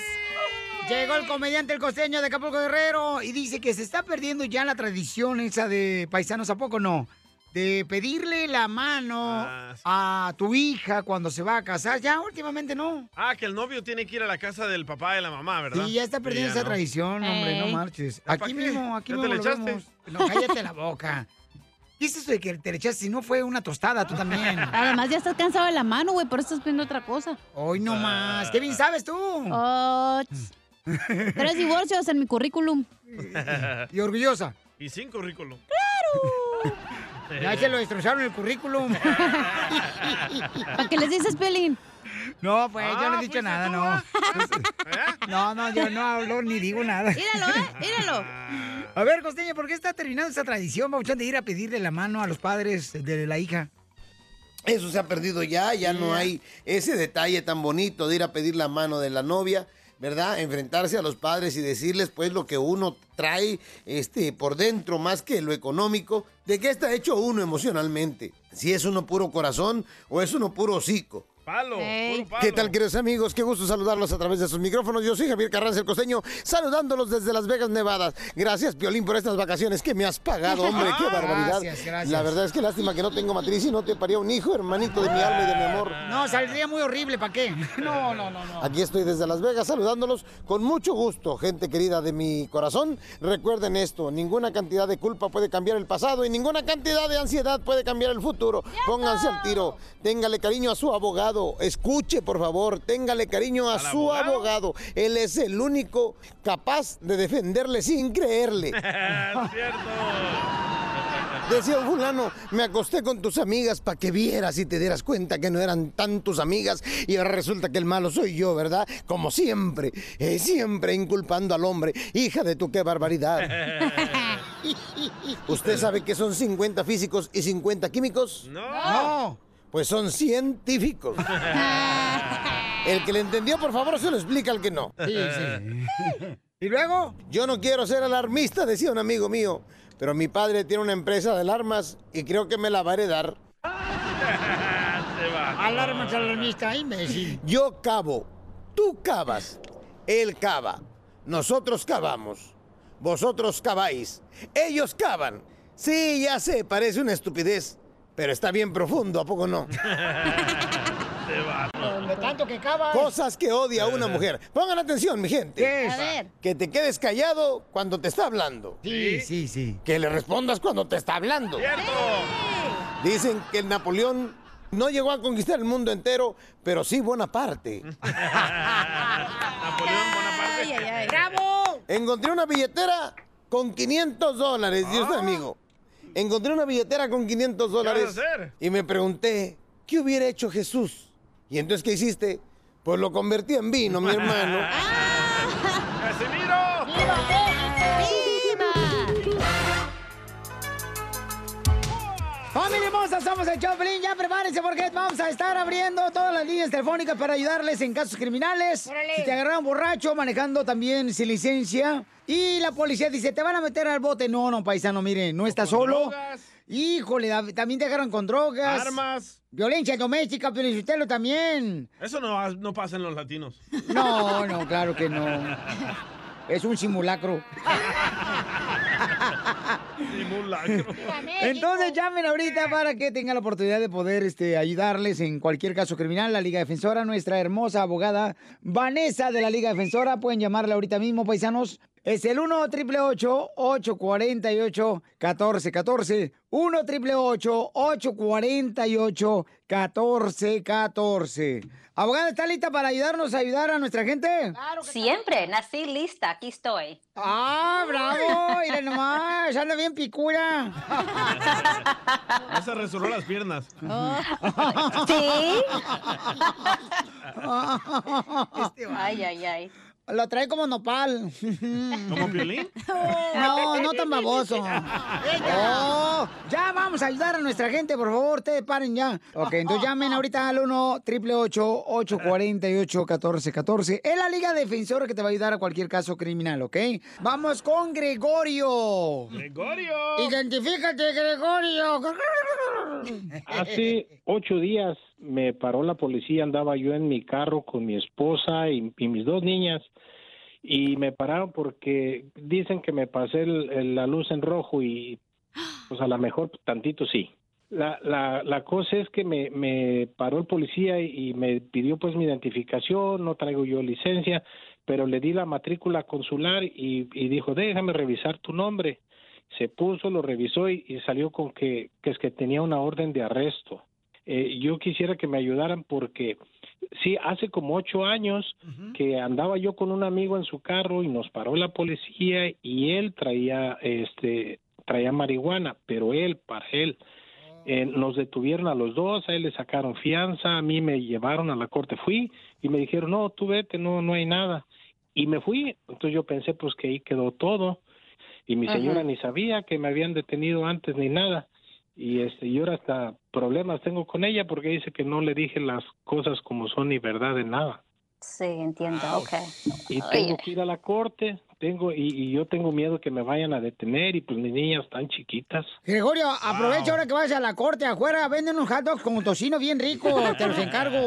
[SPEAKER 1] Llegó el comediante el costeño de Acapulco Guerrero y dice que se está perdiendo ya la tradición esa de paisanos, ¿a poco no? De pedirle la mano a tu hija cuando se va a casar. Ya últimamente no.
[SPEAKER 3] Ah, que el novio tiene que ir a la casa del papá y la mamá, ¿verdad?
[SPEAKER 1] Sí, ya está perdiendo
[SPEAKER 3] Sí, ya
[SPEAKER 1] esa
[SPEAKER 3] no.
[SPEAKER 1] tradición, hombre, no marches.
[SPEAKER 3] ¿Ya pa'
[SPEAKER 1] Aquí
[SPEAKER 3] qué?
[SPEAKER 1] mismo, aquí
[SPEAKER 3] ¿Ya
[SPEAKER 1] mismo
[SPEAKER 3] te
[SPEAKER 1] lo
[SPEAKER 3] le echaste?
[SPEAKER 1] vemos. No, cállate la boca. ¿Qué es eso de que te le echaste? Si no fue una tostada, tú también.
[SPEAKER 2] Además, ya estás cansado de la mano, güey, por eso estás pidiendo otra cosa.
[SPEAKER 1] Hoy no más. Qué bien Ah, sabes tú.
[SPEAKER 2] Oh, ch- tres divorcios en mi currículum.
[SPEAKER 1] Y orgullosa.
[SPEAKER 3] Y sin currículum.
[SPEAKER 1] Ya se lo destrozaron el currículum.
[SPEAKER 2] ¿Para qué les dices, Pelín?
[SPEAKER 1] No, pues yo no
[SPEAKER 3] Ah,
[SPEAKER 1] he dicho nada, no. No, no, yo no hablo ni digo nada.
[SPEAKER 2] Míralo, ¿eh? Míralo.
[SPEAKER 1] A ver, Costeño, ¿por qué está terminando esa tradición, Bauchán, de ir a pedirle la mano a los padres de la hija?
[SPEAKER 12] Eso se ha perdido ya, ya no hay ese detalle tan bonito de ir a pedir la mano de la novia, ¿verdad? Enfrentarse a los padres y decirles pues lo que uno trae este por dentro más que lo económico, de qué está hecho uno emocionalmente. Si es uno puro corazón o es uno puro hocico.
[SPEAKER 3] Palo, puro palo.
[SPEAKER 12] ¿Qué tal, queridos amigos? Qué gusto saludarlos a través de sus micrófonos. Yo soy Javier Carranza, el costeño, saludándolos desde Las Vegas, Nevada. Gracias, Piolín, por estas vacaciones que me has pagado, hombre. ¡Qué
[SPEAKER 1] Ah,
[SPEAKER 12] barbaridad!
[SPEAKER 1] gracias, gracias.
[SPEAKER 12] La verdad es que lástima que no tengo matriz y no te paría un hijo, hermanito de mi alma y de mi amor.
[SPEAKER 1] No, saldría muy horrible, ¿para qué? No, no, no, no.
[SPEAKER 12] Aquí estoy desde Las Vegas saludándolos con mucho gusto, gente querida de mi corazón. Recuerden esto, ninguna cantidad de culpa puede cambiar el pasado y ninguna cantidad de ansiedad puede cambiar el futuro. Pónganse al tiro, téngale cariño a su abogado, abogado. Escuche, por favor, téngale cariño a su abogado? Él es el único capaz de defenderle sin creerle. Decía un fulano, me acosté con tus amigas para que vieras y te dieras cuenta que no eran tan tus amigas y ahora resulta que el malo soy yo, ¿verdad? Como siempre, eh, siempre inculpando al hombre. Hija de tu qué barbaridad. ¿Usted sabe que son 50 físicos y 50 químicos? No. Pues son científicos. El que le entendió, por favor, se lo explica al que no.
[SPEAKER 10] Sí, sí.
[SPEAKER 12] ¿Y luego? Yo no quiero ser alarmista, decía un amigo mío, pero mi padre tiene una empresa de alarmas y creo que me la va a heredar.
[SPEAKER 1] Alarmas alarmista, imbécil.
[SPEAKER 12] Yo cavo, tú cavas, él cava, nosotros cavamos, vosotros caváis, ellos cavan. Sí, ya sé, parece una estupidez, pero está bien profundo, ¿a poco no?
[SPEAKER 1] De tanto que cava.
[SPEAKER 12] Cosas que odia una mujer. Pongan atención, mi gente.
[SPEAKER 1] es? A ver.
[SPEAKER 12] Que te quedes callado cuando te está hablando.
[SPEAKER 1] Sí, sí, sí.
[SPEAKER 12] Que le respondas cuando te está hablando. Dicen que el Napoleón no llegó a conquistar el mundo entero, pero sí buena parte.
[SPEAKER 10] Ay, ay, ay.
[SPEAKER 12] Encontré una billetera con 500 dólares, Dios
[SPEAKER 10] Ah.
[SPEAKER 12] amigo. Encontré una billetera con 500
[SPEAKER 10] vas a
[SPEAKER 12] dólares
[SPEAKER 10] hacer?
[SPEAKER 12] y me pregunté, ¿qué hubiera hecho Jesús? Y entonces, ¿qué hiciste? Pues lo convertí en vino, mi hermano.
[SPEAKER 10] ¡Casimiro!
[SPEAKER 1] ¡Familia hermosa! Somos el Choplin. Ya prepárense porque vamos a estar abriendo todas las líneas telefónicas para ayudarles en casos criminales. Si te agarraron borracho, manejando también sin licencia. Y la policía dice, te van a meter al bote. No, no, paisano, mire, no está solo.
[SPEAKER 10] drogas.
[SPEAKER 1] Híjole, David, también te agarran con drogas.
[SPEAKER 3] Armas.
[SPEAKER 1] Violencia doméstica, Piolichotelo también.
[SPEAKER 3] Eso no, no pasa en los latinos.
[SPEAKER 1] No, no, claro que no. Es un simulacro.
[SPEAKER 3] Simulacro.
[SPEAKER 1] Entonces llamen ahorita para que tengan la oportunidad de poder este, ayudarles en cualquier caso criminal. La Liga Defensora, nuestra hermosa abogada Vanessa de la Liga Defensora, pueden llamarla ahorita mismo, paisanos. Es el 1 888 848 1414 1 888 848 1414 Abogada, ¿está lista para ayudarnos a ayudar a nuestra gente?
[SPEAKER 15] Siempre, nací lista, aquí estoy.
[SPEAKER 1] ¡Ah, bravo! Mira nomás, anda bien picura.
[SPEAKER 3] No se resurró las piernas.
[SPEAKER 15] ¿Sí?
[SPEAKER 1] Este, ay, ay, ay. Lo trae como nopal.
[SPEAKER 3] ¿Como Piolín?
[SPEAKER 1] No, no tan baboso. Oh, ya vamos a ayudar a nuestra gente, por favor, te paren ya. Ok, entonces llamen ahorita al 1 848 1414 Es la Liga Defensora que te va a ayudar a cualquier caso criminal, ¿ok? Vamos con Gregorio.
[SPEAKER 3] Gregorio.
[SPEAKER 1] Identifícate, Gregorio.
[SPEAKER 23] Hace ocho días me paró la policía, andaba yo en mi carro con mi esposa y, y mis dos niñas y me pararon porque dicen que me pasé el- el- la luz en rojo y pues a lo mejor tantito sí. La, la, la cosa es que me, me paró el policía y, y me pidió pues mi identificación, no traigo yo licencia, pero le di la matrícula consular y, y dijo, déjame revisar tu nombre. Se puso, lo revisó y, y salió con que, que es que tenía una orden de arresto. Eh, yo quisiera que me ayudaran porque sí, hace como ocho años que andaba yo con un amigo en su carro y nos paró la policía y él traía, este, traía marihuana, pero él, para él. Eh, nos detuvieron a los dos, a él le sacaron fianza, a mí me llevaron a la corte, fui y me dijeron, no, tú vete, no, no hay nada. Y me fui, entonces yo pensé pues que ahí quedó todo y mi
[SPEAKER 13] Ajá.
[SPEAKER 23] señora ni sabía que me habían detenido antes ni nada. Y este, y ahora hasta problemas tengo con ella porque dice que no le dije las cosas como son ni verdad de nada.
[SPEAKER 15] Sí, entiendo, ok.
[SPEAKER 23] Y
[SPEAKER 15] Ay,
[SPEAKER 23] tengo que ir a la corte, tengo y, y yo tengo miedo que me vayan a detener y pues mis niñas están chiquitas.
[SPEAKER 1] Gregorio, aprovecha ahora que vas a la corte afuera, venden unos hot dogs con tocino bien rico, te los encargo.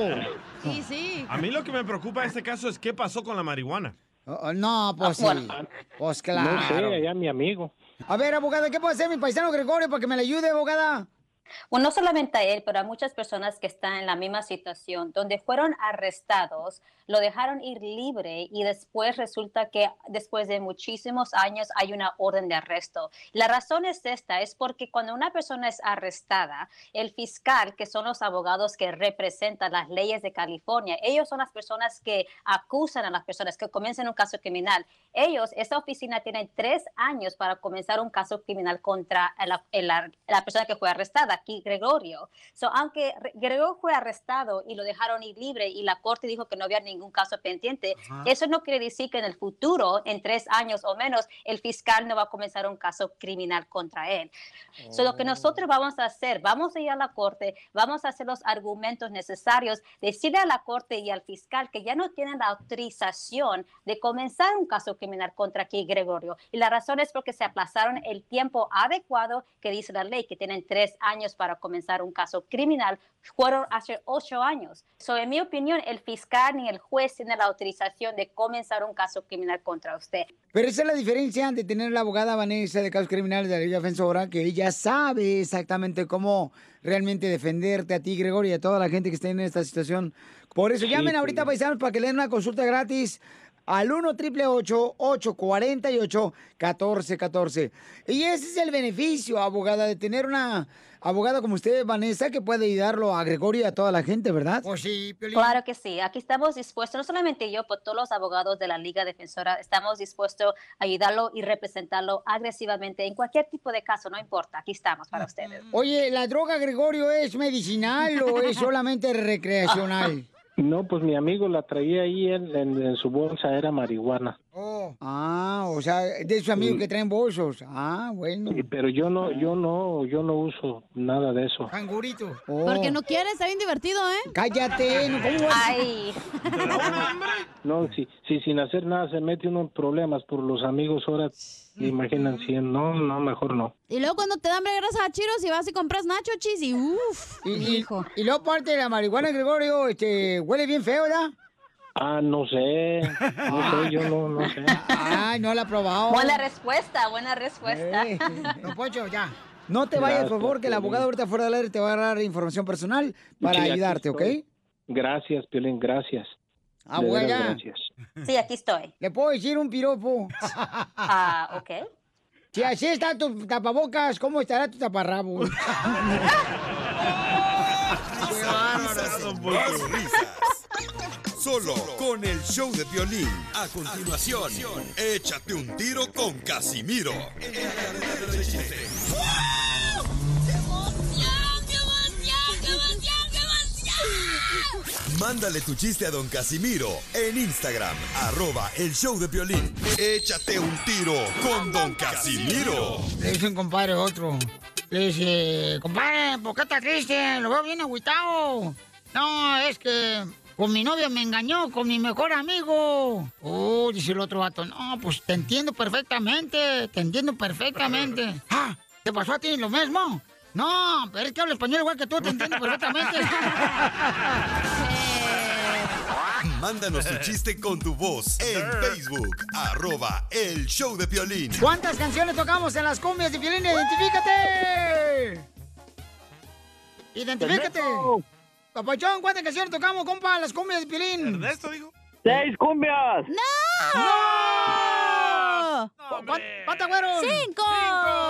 [SPEAKER 24] Sí, sí.
[SPEAKER 3] A mí lo que me preocupa de este caso es qué pasó con la marihuana.
[SPEAKER 1] no, pues
[SPEAKER 24] Ah,
[SPEAKER 1] sí. Pues claro.
[SPEAKER 23] No sé, allá mi amigo.
[SPEAKER 1] A ver, abogada, ¿qué puede hacer mi paisano Gregorio para que me le ayude, abogada?
[SPEAKER 15] Bueno, no solamente a él, pero a muchas personas que están en la misma situación, donde fueron arrestados, lo dejaron ir libre y después resulta que después de muchísimos años hay una orden de arresto. La razón es esta, es porque cuando una persona es arrestada, el fiscal, que son los abogados que representan las leyes de California, ellos son las personas que acusan a las personas que comienzan un caso criminal. Ellos, esa oficina tiene tres años para comenzar un caso criminal contra la, la- la persona que fue arrestada, aquí Gregorio. So, aunque Re- Gregorio fue arrestado y lo dejaron ir libre y la corte dijo que no había ningún caso pendiente,
[SPEAKER 5] Ajá.
[SPEAKER 15] eso no quiere decir que en el futuro, en tres años o menos, el fiscal no va a comenzar un caso criminal contra él. So, lo que nosotros vamos a hacer, vamos a ir a la corte, vamos a hacer los argumentos necesarios, decirle a la corte y al fiscal que ya no tienen la autorización de comenzar un caso criminal contra aquí Gregorio. Y la razón es porque se aplazaron el tiempo adecuado que dice la ley, que tienen tres años para comenzar un caso criminal. Fueron hace ocho años. So, en mi opinión, el fiscal ni el juez tienen la autorización de comenzar un caso criminal contra usted.
[SPEAKER 1] Pero esa es la diferencia de tener la abogada Vanessa de casos criminales de la Liga Defensora, que ella sabe exactamente cómo realmente defenderte a ti, Gregorio, y a toda la gente que está en esta situación. Por eso
[SPEAKER 10] Sí,
[SPEAKER 1] llamen
[SPEAKER 10] sí.
[SPEAKER 1] ahorita, paisanos, para que le den una consulta gratis al 1 triple 848 1414 Y ese es el beneficio, abogada, de tener una abogada como usted, Vanessa, que puede ayudarlo a Gregorio y a toda la gente, ¿verdad? Pues sí,
[SPEAKER 15] Claro que sí, aquí estamos dispuestos, no solamente yo, pero todos los abogados de la Liga Defensora, estamos dispuestos a ayudarlo y representarlo agresivamente en cualquier tipo de caso, no importa, aquí estamos
[SPEAKER 1] Mm,
[SPEAKER 15] para ustedes.
[SPEAKER 1] Oye, ¿la droga, Gregorio, es medicinal o es solamente recreacional?
[SPEAKER 17] No, pues mi amigo la traía ahí en, en- en su bolsa, era marihuana.
[SPEAKER 1] Ah, o sea, de esos amigos que traen bolsos. Ah, bueno.
[SPEAKER 17] Y- Pero yo no, yo no, yo no uso nada de eso.
[SPEAKER 1] Cangurito. Oh.
[SPEAKER 2] Porque no quiere, está bien divertido, ¿eh?
[SPEAKER 1] Cállate, no, ¿cómo vas?
[SPEAKER 15] Ay.
[SPEAKER 17] No, si, si sin hacer nada se mete uno en problemas por los amigos ahora, imaginan si no, no, mejor no.
[SPEAKER 2] Y luego cuando te dan hambre, agarras a Chiros y vas y compras nacho chis y uff.
[SPEAKER 1] Y, y, y luego parte de la marihuana, Gregorio, este, huele bien feo, ¿verdad?
[SPEAKER 17] Ah, no sé, no sé, yo no, no sé.
[SPEAKER 1] Ay, no la he probado.
[SPEAKER 15] Buena respuesta, buena respuesta.
[SPEAKER 1] No, Poncho, ya. No te vayas, por favor, que el abogado ahorita fuera del aire te va a dar información personal para
[SPEAKER 17] Sí, aquí
[SPEAKER 1] ayudarte, ¿ok?
[SPEAKER 17] estoy. Gracias, Piolín, gracias.
[SPEAKER 1] Ah,
[SPEAKER 17] De veras,
[SPEAKER 1] buena.
[SPEAKER 17] gracias.
[SPEAKER 15] Sí, aquí estoy.
[SPEAKER 1] ¿Le puedo decir un piropo?
[SPEAKER 15] Ah, ok.
[SPEAKER 1] Si así está tu tapabocas, ¿cómo estará tu taparrabos?
[SPEAKER 4] Más risas. Solo con el show de violín. A continuación, échate un tiro con Casimiro. Mándale tu chiste a don Casimiro en Instagram, arroba el show de violín. Échate un tiro con don Casimiro.
[SPEAKER 1] Le dice un compadre a otro. Le dice, compadre, ¿por qué está triste? Lo veo bien agüitado. No, es que con mi novia me engañó, con mi mejor amigo. Oh, dice el otro vato, no, pues te entiendo perfectamente, te entiendo perfectamente. Ah, ¿te pasó a ti lo mismo? No, pero es que hablo español igual que tú, te entiendo perfectamente.
[SPEAKER 4] Mándanos tu chiste con tu voz en Facebook, arroba el show de violín.
[SPEAKER 1] ¿Cuántas canciones tocamos en las cumbias de Piolín? ¡Identifícate! ¡Identifícate! Papachón, ¿cuántas canciones tocamos, compa, en las cumbias de Piolín? Ernesto dijo.
[SPEAKER 10] ¡Seis cumbias!
[SPEAKER 1] ¡No! ¿Cuántas fueron?
[SPEAKER 2] ¡Cinco!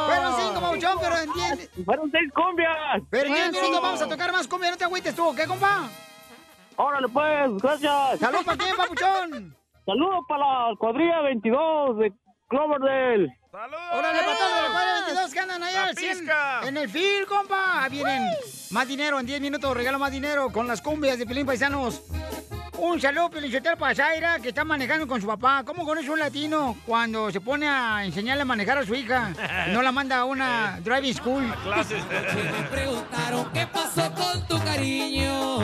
[SPEAKER 1] Fueron cinco, Pauchón, pero entiende.
[SPEAKER 10] ¡Fueron seis cumbias!
[SPEAKER 1] Pero
[SPEAKER 10] Fueron
[SPEAKER 1] en 10 minutos
[SPEAKER 10] cinco.
[SPEAKER 1] vamos a tocar más cumbia, no te agüites tú, ¿qué, compa?
[SPEAKER 10] ¡Órale, pues! ¡Gracias!
[SPEAKER 1] ¡Saludos para quién, papuchón!
[SPEAKER 10] ¡Saludos para la cuadrilla 22 de Cloverdale!
[SPEAKER 1] ¡Órale, para todos los cuadros 22 que andan allá al 100, en el fil, compa! Ahí vienen más dinero en 10 minutos, regalo más dinero con las cumbias de Pilín Paisanos. Un saludo, Pelichotel, para Zaira, que está manejando con su papá. ¿Cómo conoce un latino cuando se pone a enseñarle a manejar a su hija? No la manda a una driving school.
[SPEAKER 10] Clases.
[SPEAKER 5] ¿Qué pasó con tu cariño?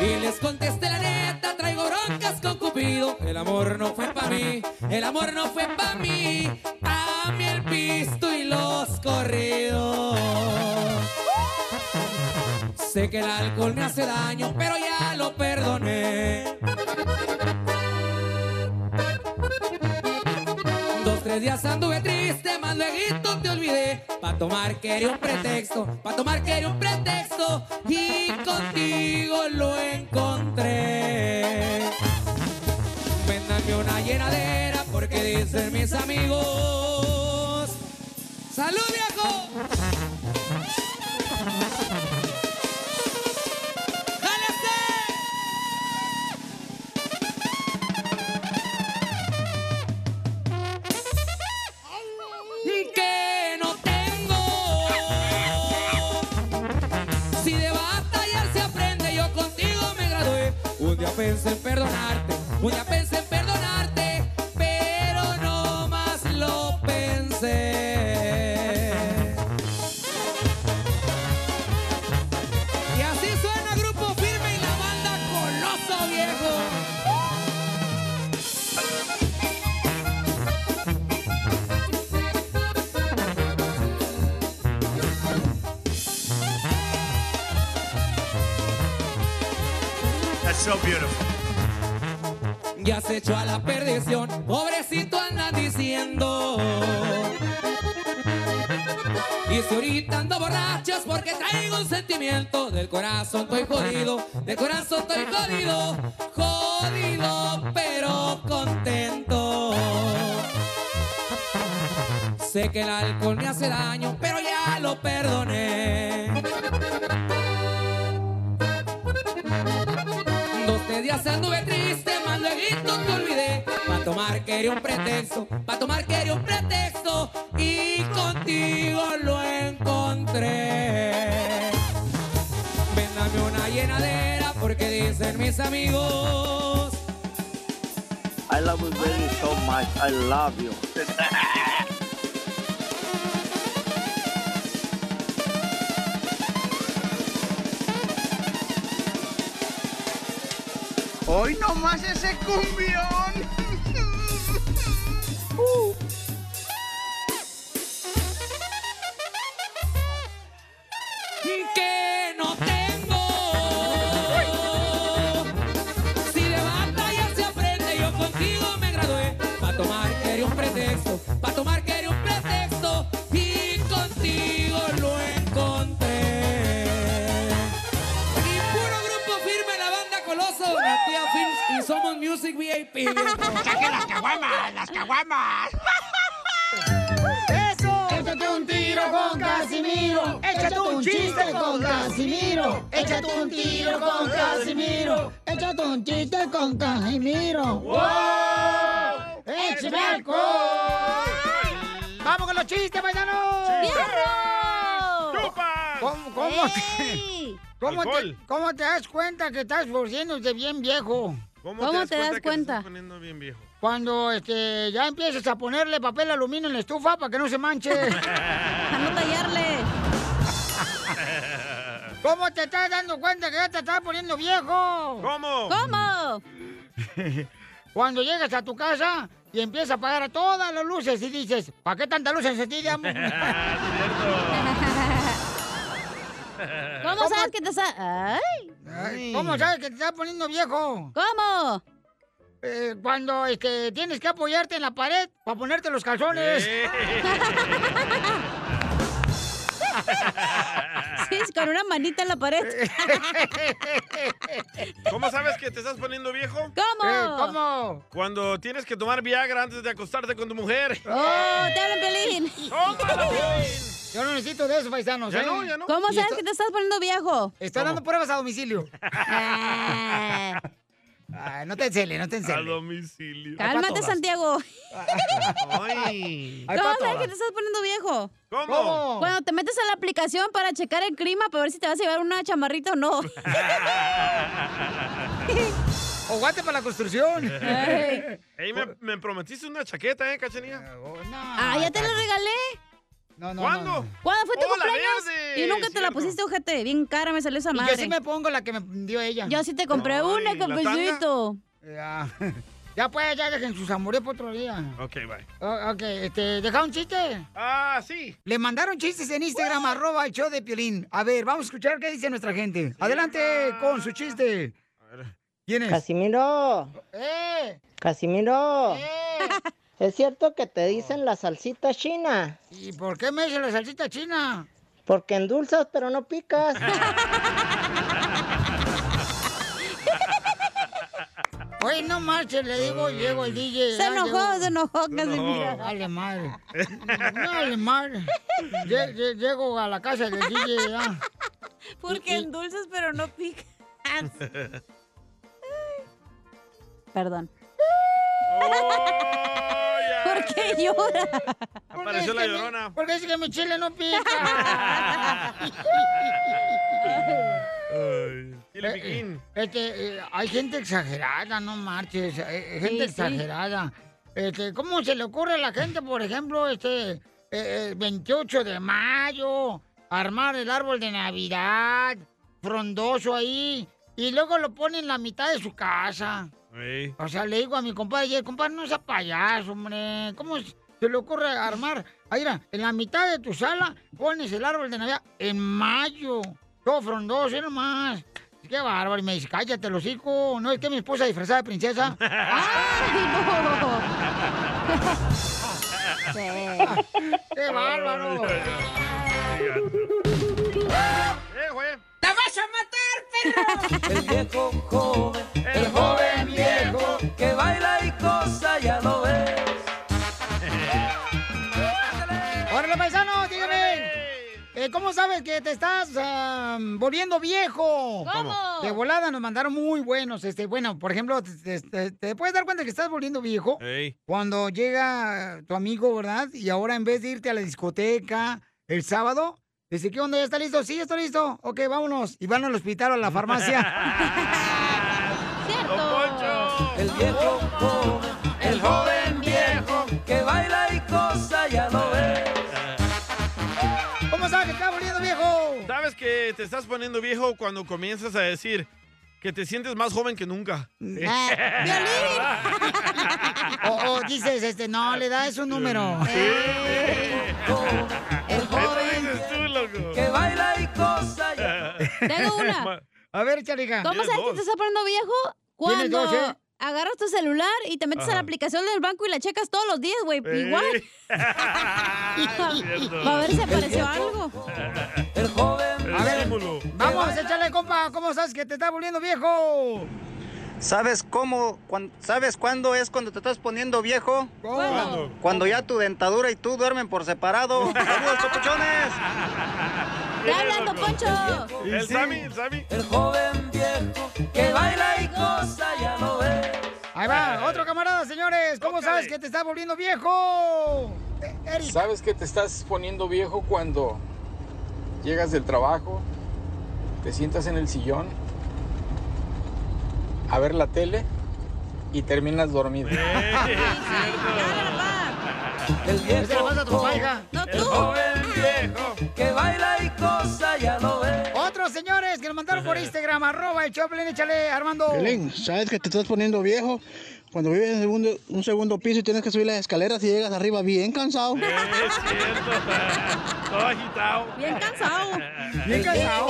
[SPEAKER 5] Y les contesté la neta, traigo broncas con Cupido. El amor no fue para mí, el amor no fue para mí. Dame el pisto y los corridos. Sé que el alcohol me hace daño, pero ya lo perdoné. Dos, tres
[SPEAKER 16] Tres días anduve triste, más luego te olvidé. Pa' tomar quería un pretexto, pa' tomar quería un pretexto. Y contigo lo encontré. Véndanme una llenadera porque dicen mis amigos. ¡Salud, viejo! que no tengo. Si de batallar se aprende, yo contigo me gradué. Un día pensé en perdonarte, un día pensé en perdonarte, pero no más lo pensé. Y así suena Grupo Firme y la banda Coloso Viejo.
[SPEAKER 10] That's so beautiful.
[SPEAKER 16] ya se echó a la perdición. Pobrecito anda diciendo. Y si ahorita ando borracho es porque traigo un sentimiento. Del corazón estoy jodido, del corazón estoy jodido. Jodido pero contento. Sé que el alcohol me hace daño, pero ya lo perdoné. Dos tres días anduve triste, más luego te olvidé. Pa' tomar quería un pretexto, pa' tomar quería un pretexto. Y contigo lo encontré. Véndame una llenadera porque dicen mis amigos.
[SPEAKER 25] I love you very so much. I love you.
[SPEAKER 26] Hoy nomás ese cumbión.
[SPEAKER 16] que no tengo. Si de batalla se aprende, yo contigo me gradué. Pa' tomar quería un pretexto, pa' tomar quería un pretexto. Y contigo lo encontré. Y puro grupo firme, la banda Coloso, Matías Films y Somos Music VIP. ¡Saque las caguamas, las caguamas!
[SPEAKER 1] ¡Eso! Échate un tiro con Casimiro. Échate un chiste con Casimiro. Échate un tiro con Casimiro. Échate un chiste con Casimiro. ¡Wow! ¡Échame alcohol! ¡Vamos con los chistes, paisanos! ¡Fierro! ¿Cómo, cómo, te, cómo, te,
[SPEAKER 3] Alcohol.
[SPEAKER 1] cómo te das cuenta que estás volviéndote bien viejo?
[SPEAKER 3] Que te estás poniendo bien viejo?
[SPEAKER 1] Cuando este, ya empieces a ponerle papel aluminio en la estufa para que no se manche. Para no tallarle. ¿Cómo te estás dando cuenta que ya te estás poniendo viejo?
[SPEAKER 3] ¿Cómo?
[SPEAKER 1] ¿Cómo? Cuando llegas a tu casa y empiezas a apagar a todas las luces y dices, ¿para qué tanta luz encendí, amo?"
[SPEAKER 2] ¿Cómo sabes que te sa- ¡Ay!
[SPEAKER 1] ¿Cómo sabes que te estás poniendo viejo? ¿Cómo? cuando este, tienes que apoyarte en la pared para ponerte los calzones.
[SPEAKER 3] Ah.
[SPEAKER 2] Sí, es con una manita en la pared.
[SPEAKER 3] ¿Cómo sabes que te estás poniendo viejo?
[SPEAKER 2] ¿Cómo? Eh, ¿cómo?
[SPEAKER 3] Cuando tienes que tomar Viagra antes de acostarte con tu mujer.
[SPEAKER 2] ¡Oh, te hablan, Pelín!
[SPEAKER 1] ¡Oh! Yo no necesito de eso, paisanos.
[SPEAKER 3] Ya
[SPEAKER 1] ¿eh?
[SPEAKER 3] no, ya no.
[SPEAKER 2] ¿Cómo
[SPEAKER 1] Y
[SPEAKER 2] sabes
[SPEAKER 1] esto-
[SPEAKER 2] que te estás poniendo viejo?
[SPEAKER 1] Estoy dando pruebas a domicilio. Ay, no te enceles, no te enceles.
[SPEAKER 3] A domicilio.
[SPEAKER 2] Cálmate, Santiago.
[SPEAKER 3] Ay.
[SPEAKER 2] ¿Cómo sabes que te estás poniendo viejo?
[SPEAKER 3] ¿Cómo? ¿Cómo?
[SPEAKER 2] Cuando te metes a la aplicación para checar el clima para ver si te vas a llevar una chamarrita o no.
[SPEAKER 1] o guante para la construcción.
[SPEAKER 2] Ey.
[SPEAKER 3] Ey, me, me prometiste una chaqueta, ¿eh, Cachanilla?
[SPEAKER 2] Ah, ya te la regalé.
[SPEAKER 1] oh, No,
[SPEAKER 3] no, ¿Cuándo? no, no.
[SPEAKER 2] ¿Cuándo fue tu
[SPEAKER 3] Oh, la
[SPEAKER 2] cumpleaños?
[SPEAKER 3] verde,
[SPEAKER 2] Y nunca te la
[SPEAKER 3] cierto.
[SPEAKER 2] pusiste, ojete. Bien cara me salió esa
[SPEAKER 1] Y yo
[SPEAKER 2] madre.
[SPEAKER 1] sí me pongo la que me dio ella.
[SPEAKER 2] Yo sí te compré
[SPEAKER 1] Ay,
[SPEAKER 2] una,
[SPEAKER 1] ¿la tanga?
[SPEAKER 2] compadrito.
[SPEAKER 1] Ya. Ya pues, ya dejen sus amores por otro día.
[SPEAKER 3] Ok, bye.
[SPEAKER 1] O- ok, este, ¿deja un chiste?
[SPEAKER 3] Ah, sí.
[SPEAKER 1] Le mandaron chistes en Instagram, arroba el show de Piolín. A ver, vamos a escuchar qué dice nuestra gente. Adelante con su chiste.
[SPEAKER 3] A ver.
[SPEAKER 1] ¿Quién es?
[SPEAKER 8] Casimiro,
[SPEAKER 1] ¡Eh!
[SPEAKER 8] Casimiro, ¿Es cierto que te dicen la salsita china?
[SPEAKER 1] ¿Y por qué me dicen la salsita china?
[SPEAKER 8] Porque endulzas pero no picas.
[SPEAKER 1] Oye, no marches, le digo, llego el DJ.
[SPEAKER 2] Se
[SPEAKER 1] ah,
[SPEAKER 2] enojó,
[SPEAKER 1] llego.
[SPEAKER 2] se enojó, Casimiro.
[SPEAKER 1] Dale madre. Dale madre. Lle- lle- Llego a la casa del DJ. ah.
[SPEAKER 2] Porque endulzas pero no picas. Perdón. ¿Por qué llora?
[SPEAKER 1] Apareció la llorona. Porque dice que mi chile no pica. Eh, eh, este, eh, hay gente exagerada, no marches. eh, eh, gente
[SPEAKER 27] Sí, sí.
[SPEAKER 1] exagerada. Este, ¿Cómo se le ocurre a la gente, por ejemplo, este eh, eh, 28 de mayo, armar el árbol de Navidad, frondoso ahí, y luego lo pone en la mitad de su casa? O sea, le digo a mi compadre, "Oye, compadre, no seas payaso, hombre. ¿Cómo se le ocurre armar? Ahí, mira, en la mitad de tu sala pones el árbol de Navidad en mayo. Todo frondoso, y nomás. Qué bárbaro. Y me dice, cállate, los hijos. No es que mi esposa disfrazada de princesa. ¡Ay, no! ¡Qué bárbaro!
[SPEAKER 10] eh.
[SPEAKER 27] ¡Te vas a matar, perro!
[SPEAKER 10] El viejo joven, el joven viejo, que baila y cosa ya lo ves.
[SPEAKER 1] ¡Órale, paisano! Dígame. eh, ¿Cómo sabes que te estás ah, volviendo viejo?
[SPEAKER 27] ¿Cómo?
[SPEAKER 1] De volada nos mandaron muy buenos. Este, bueno, por ejemplo, te, te- te puedes dar cuenta que estás volviendo viejo cuando llega tu amigo, ¿verdad? Y ahora en vez de irte a la discoteca el sábado, dice, ¿qué onda? ¿Ya está listo? Sí, está listo. Ok, vámonos. Y van al hospital o a la farmacia.
[SPEAKER 10] El viejo joven, el joven viejo, que baila y cosa ya lo ves.
[SPEAKER 1] ¿Cómo sabes que estás volviendo viejo?
[SPEAKER 3] Sabes que te estás poniendo viejo cuando comienzas a decir que te sientes más joven que nunca.
[SPEAKER 1] Ah. o, o dices, este, no, le da es un número.
[SPEAKER 10] Que baila y cosa ya
[SPEAKER 2] Tengo una.
[SPEAKER 1] A ver, Charica.
[SPEAKER 2] ¿Cómo sabes que te estás poniendo viejo?
[SPEAKER 1] Ah, Tienes
[SPEAKER 2] Cuando
[SPEAKER 1] dos, ¿eh?
[SPEAKER 2] agarras tu celular y te metes a
[SPEAKER 27] Ajá.
[SPEAKER 2] la aplicación del banco y la checas todos los días, güey. Igual. Va a ver si apareció algo.
[SPEAKER 10] El joven
[SPEAKER 1] A ver, vamos, échale, compa. ¿Cómo sabes que te estás volviendo viejo?
[SPEAKER 13] ¿Sabes cómo? cuan- ¿Sabes cuándo es cuando te estás poniendo viejo?
[SPEAKER 1] ¿Cuándo?
[SPEAKER 13] Cuando ya tu dentadura y tú duermen por separado. ¡Saludos, papuchones!
[SPEAKER 2] ¡Te hablan, Don Poncho!
[SPEAKER 13] ¿El Sammy? ¿El
[SPEAKER 3] Sammy?
[SPEAKER 10] El joven viejo, que baila y cosa ya lo ves.
[SPEAKER 1] Ahí va, otro camarada, señores. ¿Cómo sabes que te estás volviendo viejo?
[SPEAKER 28] Sabes que te estás poniendo viejo cuando llegas del trabajo, te sientas en el sillón a ver la tele y terminas dormido.
[SPEAKER 3] Pues,
[SPEAKER 10] El viejo joven, El joven viejo, que baila y cosa ya lo ves.
[SPEAKER 1] Otros señores que nos mandaron por Instagram, arroba el Choplin, échale, Armando.
[SPEAKER 5] Piolín, ¿sabes que te estás poniendo viejo? Cuando vives en un segundo, un segundo piso y tienes que subir las escaleras y llegas arriba bien cansado.
[SPEAKER 3] Es cierto, todo agitado.
[SPEAKER 2] Bien cansado.
[SPEAKER 3] Bien
[SPEAKER 1] cansado.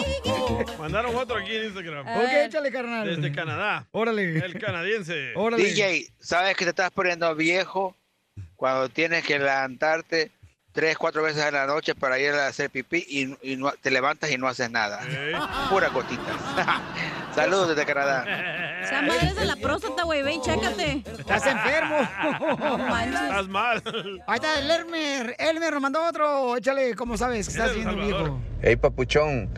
[SPEAKER 3] Mandaron otro aquí en Instagram.
[SPEAKER 5] A
[SPEAKER 2] Eh,
[SPEAKER 5] Ok, ver. échale,
[SPEAKER 1] carnal.
[SPEAKER 3] Desde Canadá.
[SPEAKER 1] Órale.
[SPEAKER 3] El canadiense.
[SPEAKER 5] DJ, ¿sabes que te estás poniendo viejo? Cuando tienes que levantarte tres, cuatro veces a la noche para ir a hacer pipí y, y no- te levantas y no haces nada. Pura gotita. Saludos desde Canadá.
[SPEAKER 2] Esa madre es de la próstata, güey. Ve y chécate.
[SPEAKER 1] Estás enfermo.
[SPEAKER 10] Oh,
[SPEAKER 2] No manches.
[SPEAKER 3] Estás mal.
[SPEAKER 1] Ahí está el Elmer. Elmer nos mandó otro. Échale, ¿cómo sabes que estás volviendo viejo?
[SPEAKER 16] Hey papuchón,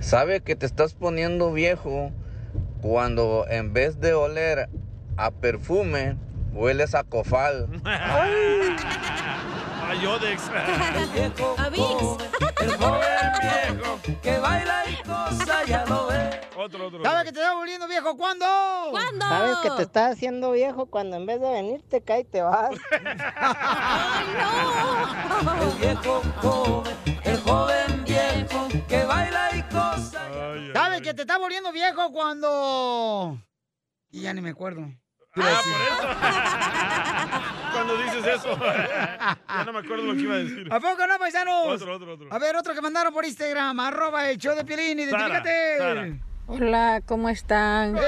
[SPEAKER 16] ¿sabe que te estás poniendo viejo cuando en vez de oler a perfume, hueles a cofal?
[SPEAKER 3] A Yodex.
[SPEAKER 10] El joven viejo, que baila y cosa ya lo ves.
[SPEAKER 3] Otro, otro.
[SPEAKER 1] ¿Sabes que te estás volviendo viejo? ¿Cuándo?
[SPEAKER 3] ¿Cuándo?
[SPEAKER 8] ¿Sabes que te estás haciendo viejo cuando en vez de venir te cae y te vas?
[SPEAKER 10] El viejo joven, el joven viejo, que baila y cosa.
[SPEAKER 1] ¿Sabes que te estás volviendo viejo cuando.? Y ya ni me acuerdo.
[SPEAKER 3] Cuando dices eso. ya no me acuerdo lo que iba a decir.
[SPEAKER 1] ¿A poco no, paisanos?
[SPEAKER 3] Otro, otro, otro.
[SPEAKER 1] A ver, otro que mandaron por Instagram, arroba el show de Piolín,
[SPEAKER 3] Sara,
[SPEAKER 1] identifícate.
[SPEAKER 3] Sara.
[SPEAKER 2] Hola, ¿cómo están?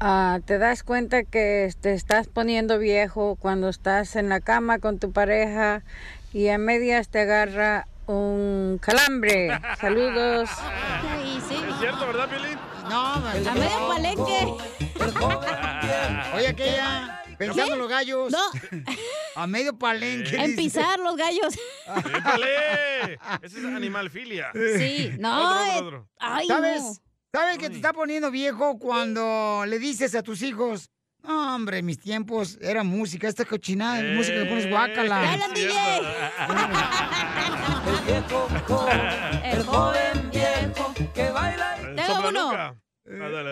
[SPEAKER 2] Ah, ¿Te das cuenta que te estás poniendo viejo cuando estás en la cama con tu pareja y a medias te agarra un calambre? Saludos.
[SPEAKER 3] ¿Es cierto, verdad, Piolín?
[SPEAKER 1] No,
[SPEAKER 29] A medio palenque.
[SPEAKER 1] Oye, aquella, pensando en los gallos. No. A medio palenque.
[SPEAKER 29] En
[SPEAKER 1] dice. Ah.
[SPEAKER 29] pisar los gallos.
[SPEAKER 3] ¡Épale! Ese es animalfilia.
[SPEAKER 29] Sí, no,
[SPEAKER 3] Otro, otro,
[SPEAKER 29] eh,
[SPEAKER 3] otro.
[SPEAKER 29] ay,
[SPEAKER 1] ¿Sabes?
[SPEAKER 29] no.
[SPEAKER 1] ¿Sabes que te está poniendo viejo cuando le dices a tus hijos? No, hombre, mis tiempos era música, esta cochinada
[SPEAKER 2] Eh,
[SPEAKER 1] de música que pones guácala.
[SPEAKER 10] ¡Dale,
[SPEAKER 2] El joven viejo que baila.
[SPEAKER 29] Tengo uno.
[SPEAKER 10] Ah,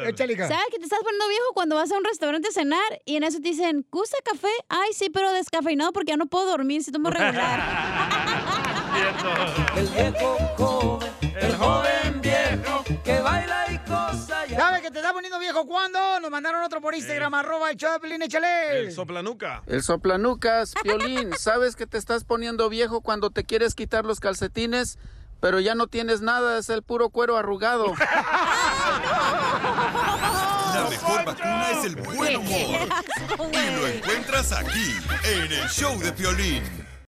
[SPEAKER 1] Échale, hija.
[SPEAKER 29] ¿Sabes que te estás poniendo viejo cuando vas a un restaurante a cenar y en eso te dicen, ¿gusta café? Ay, sí, pero descafeinado porque ya no puedo dormir si tomo regular.
[SPEAKER 10] El viejo joven, el joven viejo que baila y cosa ya.
[SPEAKER 1] ¿Sabes que te está poniendo viejo cuando? Nos mandaron otro por Instagram, arroba el show de Piolín, échale.
[SPEAKER 3] El soplanuca.
[SPEAKER 16] El soplanucas, Piolín, ¿sabes que te estás poniendo viejo cuando te quieres quitar los calcetines? Pero ya no tienes nada, es el puro cuero arrugado.
[SPEAKER 4] La mejor vacuna es el buen humor. Y lo encuentras aquí, en el show de Piolín.